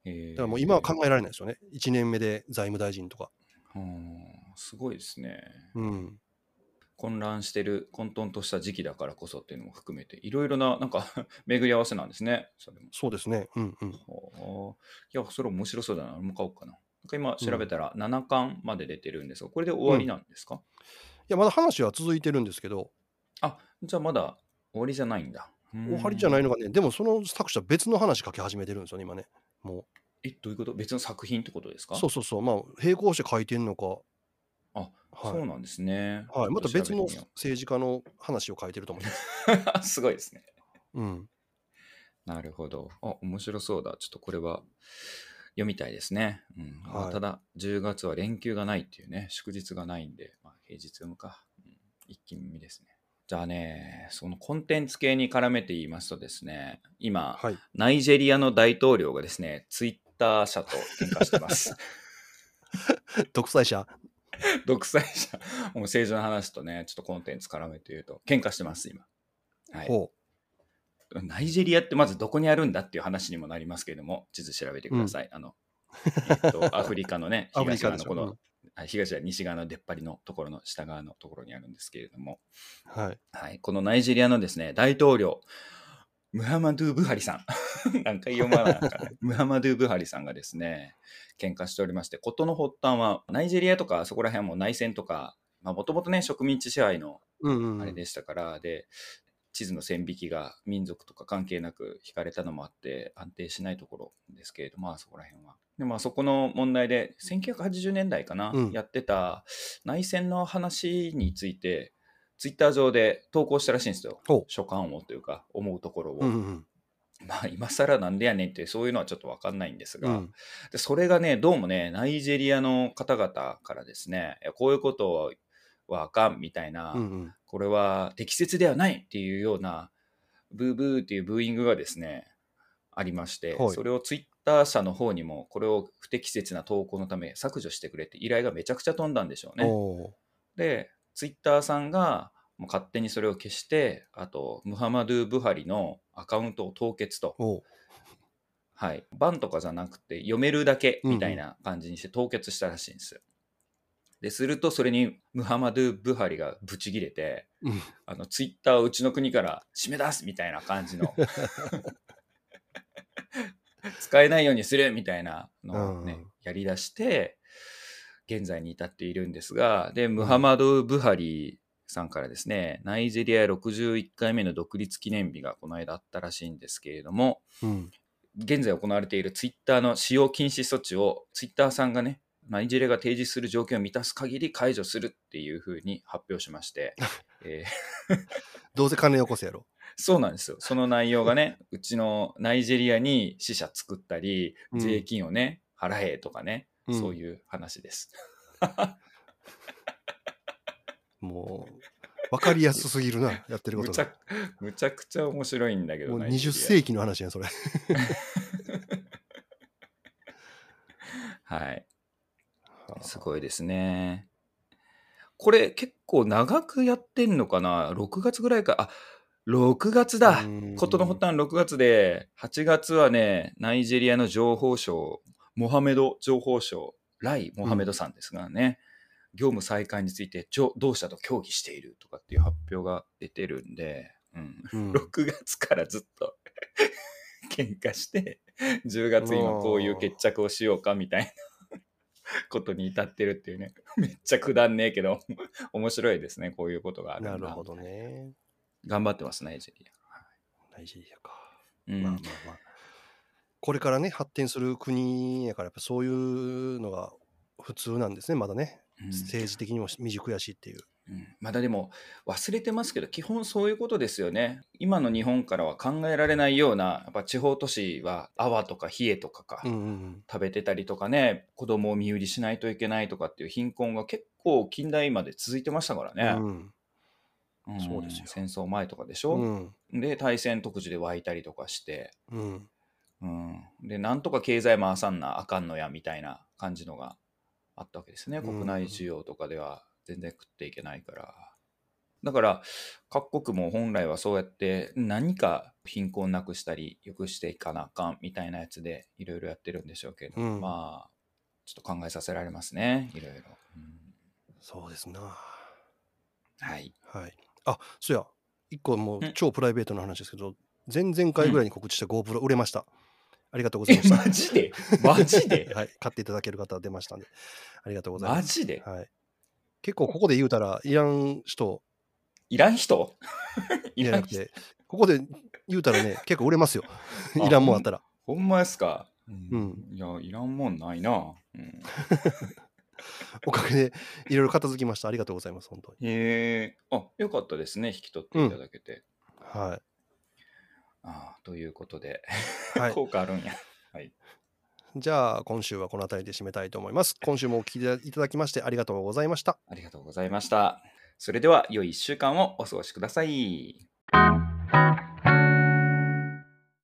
[SPEAKER 2] えー
[SPEAKER 1] だからもう今は考えられないですよね。1年目で財務大臣とか。
[SPEAKER 2] うんすごいですね。
[SPEAKER 1] うん、
[SPEAKER 2] 混乱してる、混沌とした時期だからこそっていうのも含めて、いろいろな、なんか、 巡り合わせなんですね。それも
[SPEAKER 1] そうですね。うんうん。
[SPEAKER 2] はあいや、それ面白そうだな。俺も買おうかな。なんか今調べたら7巻まで出てるんですが、これで終わりなんですか、
[SPEAKER 1] いや、まだ話は続いてるんですけど、
[SPEAKER 2] あ、じゃあまだ終わりじゃないんだ。
[SPEAKER 1] 終わりじゃない
[SPEAKER 2] の
[SPEAKER 1] のがね、でもその作者、別の話書き始めてるんですよね、今ね。も
[SPEAKER 2] え、どういうこと別の作品ってことです
[SPEAKER 1] う。
[SPEAKER 2] か
[SPEAKER 1] そうそうそう、まあ、並行して書いてんのか。
[SPEAKER 2] あ
[SPEAKER 1] はい
[SPEAKER 2] そうなんですね。
[SPEAKER 1] はい、また別の
[SPEAKER 2] ちょっと調
[SPEAKER 1] 政治家の話を書いてると思います。
[SPEAKER 2] べてみよう すごいですね。
[SPEAKER 1] うん、
[SPEAKER 2] なるほど。あ、面白そうだ。ちょっとこれは読みたいですね。うんまあ
[SPEAKER 1] はい
[SPEAKER 2] ただ、10月は連休がないっていうね、祝日がないんで、まあ、平日読むか、うん一気見ですね。じゃあね、そのコンテンツ系に絡めて言いますとですね、今、
[SPEAKER 1] はい。
[SPEAKER 2] ナイジェリアの大統領がですね、ツイッター社と喧嘩してます。
[SPEAKER 1] 独裁者。
[SPEAKER 2] 独裁者、もう政治の話とね、ちょっとコンテンツ絡めて言うと、喧嘩してます、今。はい、
[SPEAKER 1] ほ
[SPEAKER 2] ナイジェリアってまずどこにあるんだっていう話にもなりますけれども、地図調べてください。あの、え っと、アフリカのね、
[SPEAKER 1] アフリカで
[SPEAKER 2] 東側の
[SPEAKER 1] しょ
[SPEAKER 2] こ
[SPEAKER 1] う
[SPEAKER 2] の
[SPEAKER 1] ん、
[SPEAKER 2] あ東側、西側の出っ張りのところの下側のところにあるんですけれども、
[SPEAKER 1] う。はい。
[SPEAKER 2] はい、このナイジェリアのですね、大統領、ムハマドゥ・ブハリさん。 なんか読まなあかんねムハマドゥ・ブハリさんがですね、喧嘩しておりまして、事の発端は、ナイジェリアとかそこら辺はもう内戦とか、もともとね、植民地支配の
[SPEAKER 1] うんうんうん。
[SPEAKER 2] あれでしたから、で地図の線引きが民族とか関係なく引かれたのもあって安定しないところですけれどまあそこら辺は。でまあそこの問題で1980年代かな、
[SPEAKER 1] うん
[SPEAKER 2] やってた内戦の話についてツイッター上で投稿したらしいんですよ
[SPEAKER 1] ほう
[SPEAKER 2] 所感をというか思うところを、
[SPEAKER 1] うんうん
[SPEAKER 2] まあ今更なんでやねんってそういうのはちょっと分かんないんです
[SPEAKER 1] う
[SPEAKER 2] が、
[SPEAKER 1] ん。うん
[SPEAKER 2] でそれがね、どうもね、ナイジェリアの方々からですね、いやこういうことはあかんみたいな、
[SPEAKER 1] うんうん。
[SPEAKER 2] これは適切ではないっていうような、ブーブーっていうブーイングがですね、ありまして、
[SPEAKER 1] はい
[SPEAKER 2] それをツイッター社の方にも、これを不適切な投稿のため削除してくれって依頼がめちゃくちゃ飛んだんでしょうね。
[SPEAKER 1] おー
[SPEAKER 2] で、ツイッターさんがもう勝手にそれを消して、あと、ムハマドゥ・ブハリのアカウントを凍結と、
[SPEAKER 1] おー
[SPEAKER 2] はい、バンとかじゃなくて、読めるだけ
[SPEAKER 1] うんうん
[SPEAKER 2] みたいな感じにして凍結したらしいんですよ。ですると、それにムハマドゥ・ブハリがブチギレて、
[SPEAKER 1] うん
[SPEAKER 2] あのツイッターをうちの国から締め出すみたいな感じ の。使えないようにするみたいなのをね、
[SPEAKER 1] うん
[SPEAKER 2] やりだして、現在に至っているんですが、で、ムハマド・ブハリさんからですね、ナイジェリア61回目の独立記念日がこの間あったらしいんですけれども、
[SPEAKER 1] うん
[SPEAKER 2] 現在行われているツイッターの使用禁止措置をツイッターさんがね、ナイジェリアが提示する条件を満たす限り解除するっていうふうに発表しま して、えー
[SPEAKER 1] どうせ金よこせやろ。
[SPEAKER 2] そうなんですよ。その内容がね、うちのナイジェリアに支社作ったり、
[SPEAKER 1] うん
[SPEAKER 2] 税金をね、払えとかね、
[SPEAKER 1] うん
[SPEAKER 2] そういう話です。
[SPEAKER 1] もう、分かりやすすぎるな、やってるこ
[SPEAKER 2] む
[SPEAKER 1] と
[SPEAKER 2] ちゃ
[SPEAKER 1] が。
[SPEAKER 2] くむちゃくちゃ面白いんだけど
[SPEAKER 1] もう
[SPEAKER 2] ナイジ
[SPEAKER 1] 20
[SPEAKER 2] ェリ
[SPEAKER 1] 世紀の話やん、 それ。
[SPEAKER 2] アはい。すごいですね。これ結構長くやってんのかな ?6 月ぐらいか。あ、6月だ
[SPEAKER 1] うん
[SPEAKER 2] ことの発端6月で、8月はね、ナイジェリアの情報省、モハメド情報省、ライ・モハメドさんですがね、業務再開についてちょ同社と協議しているとかっていう発表が出てるんで、うん、
[SPEAKER 1] うん
[SPEAKER 2] 6月からずっと 喧嘩して、10月今こういう決着をしようかみたいなことに至ってるっていうね、めっちゃくだんねえけど、面白いですね、こういうことがあるんだ
[SPEAKER 1] なるほど。ね。
[SPEAKER 2] 頑張ってます、ナイジェリ
[SPEAKER 1] ナイジェリアか。
[SPEAKER 2] ア。うん
[SPEAKER 1] まあまあまあ。これからね、発展する国やから、やっぱそういうのが普通なんですね、まだね。
[SPEAKER 2] うん
[SPEAKER 1] 政治的にも未熟やしっていう。
[SPEAKER 2] うんまだでも忘れてますけど基本そういうことですよね今の日本からは考えられないようなやっぱ地方都市は泡とか冷えとかか、
[SPEAKER 1] うんうん
[SPEAKER 2] 食べてたりとかね子供を身売りしないといけないとかっていう貧困が結構近代まで続いてましたから
[SPEAKER 1] う
[SPEAKER 2] ね、
[SPEAKER 1] ん。
[SPEAKER 2] ん
[SPEAKER 1] そうですよ
[SPEAKER 2] 戦争前とかでし
[SPEAKER 1] う
[SPEAKER 2] ょ、
[SPEAKER 1] ん。
[SPEAKER 2] で大戦特需で湧いたりとかして、
[SPEAKER 1] うん。
[SPEAKER 2] うん、でなんとか経済回さんなあかんのやみたいな感じのがあったわけですね
[SPEAKER 1] うん
[SPEAKER 2] 国内需要とかでは全然食っていけないから、だから各国も本来はそうやって何か貧困なくしたり良くしていかなあかんみたいなやつでいろいろやってるんでしょうけど、
[SPEAKER 1] うん
[SPEAKER 2] まあちょっと考えさせられますねいろいろ、うん
[SPEAKER 1] そうですな。
[SPEAKER 2] はい
[SPEAKER 1] はい。あ、そうや。一個もうん超プライベートの話ですけど、前々回ぐらいに告知した GoPro 売れました。ありがとうございま
[SPEAKER 2] え
[SPEAKER 1] した。
[SPEAKER 2] マジで マジで
[SPEAKER 1] はい、買っていただける方は出ましたんで、ありがとう ござい
[SPEAKER 2] マ
[SPEAKER 1] ます。
[SPEAKER 2] ジで
[SPEAKER 1] はい、結構ここで言うたら、いらん人
[SPEAKER 2] いらん人 い
[SPEAKER 1] じゃ
[SPEAKER 2] ら
[SPEAKER 1] なんく
[SPEAKER 2] 人
[SPEAKER 1] て、ここで言うた らね、結構売れますよ。
[SPEAKER 2] あ
[SPEAKER 1] いらんもんあったら。
[SPEAKER 2] ほんまですか、
[SPEAKER 1] うん
[SPEAKER 2] いやいらんもんないな、うん
[SPEAKER 1] おかげでいろいろ片付きました。ありがとうございます、本当に。
[SPEAKER 2] へえ、あ、よかったですね、引き取っていただけて。
[SPEAKER 1] は
[SPEAKER 2] あーということで、
[SPEAKER 1] い。はい、
[SPEAKER 2] 効果あるんや。
[SPEAKER 1] じゃあ、今週はこの辺りで締めたいと思います。今週もお聞きいただきましてありがとうございました。
[SPEAKER 2] ありがとうございました。それでは、良い1週間をお過ごしください。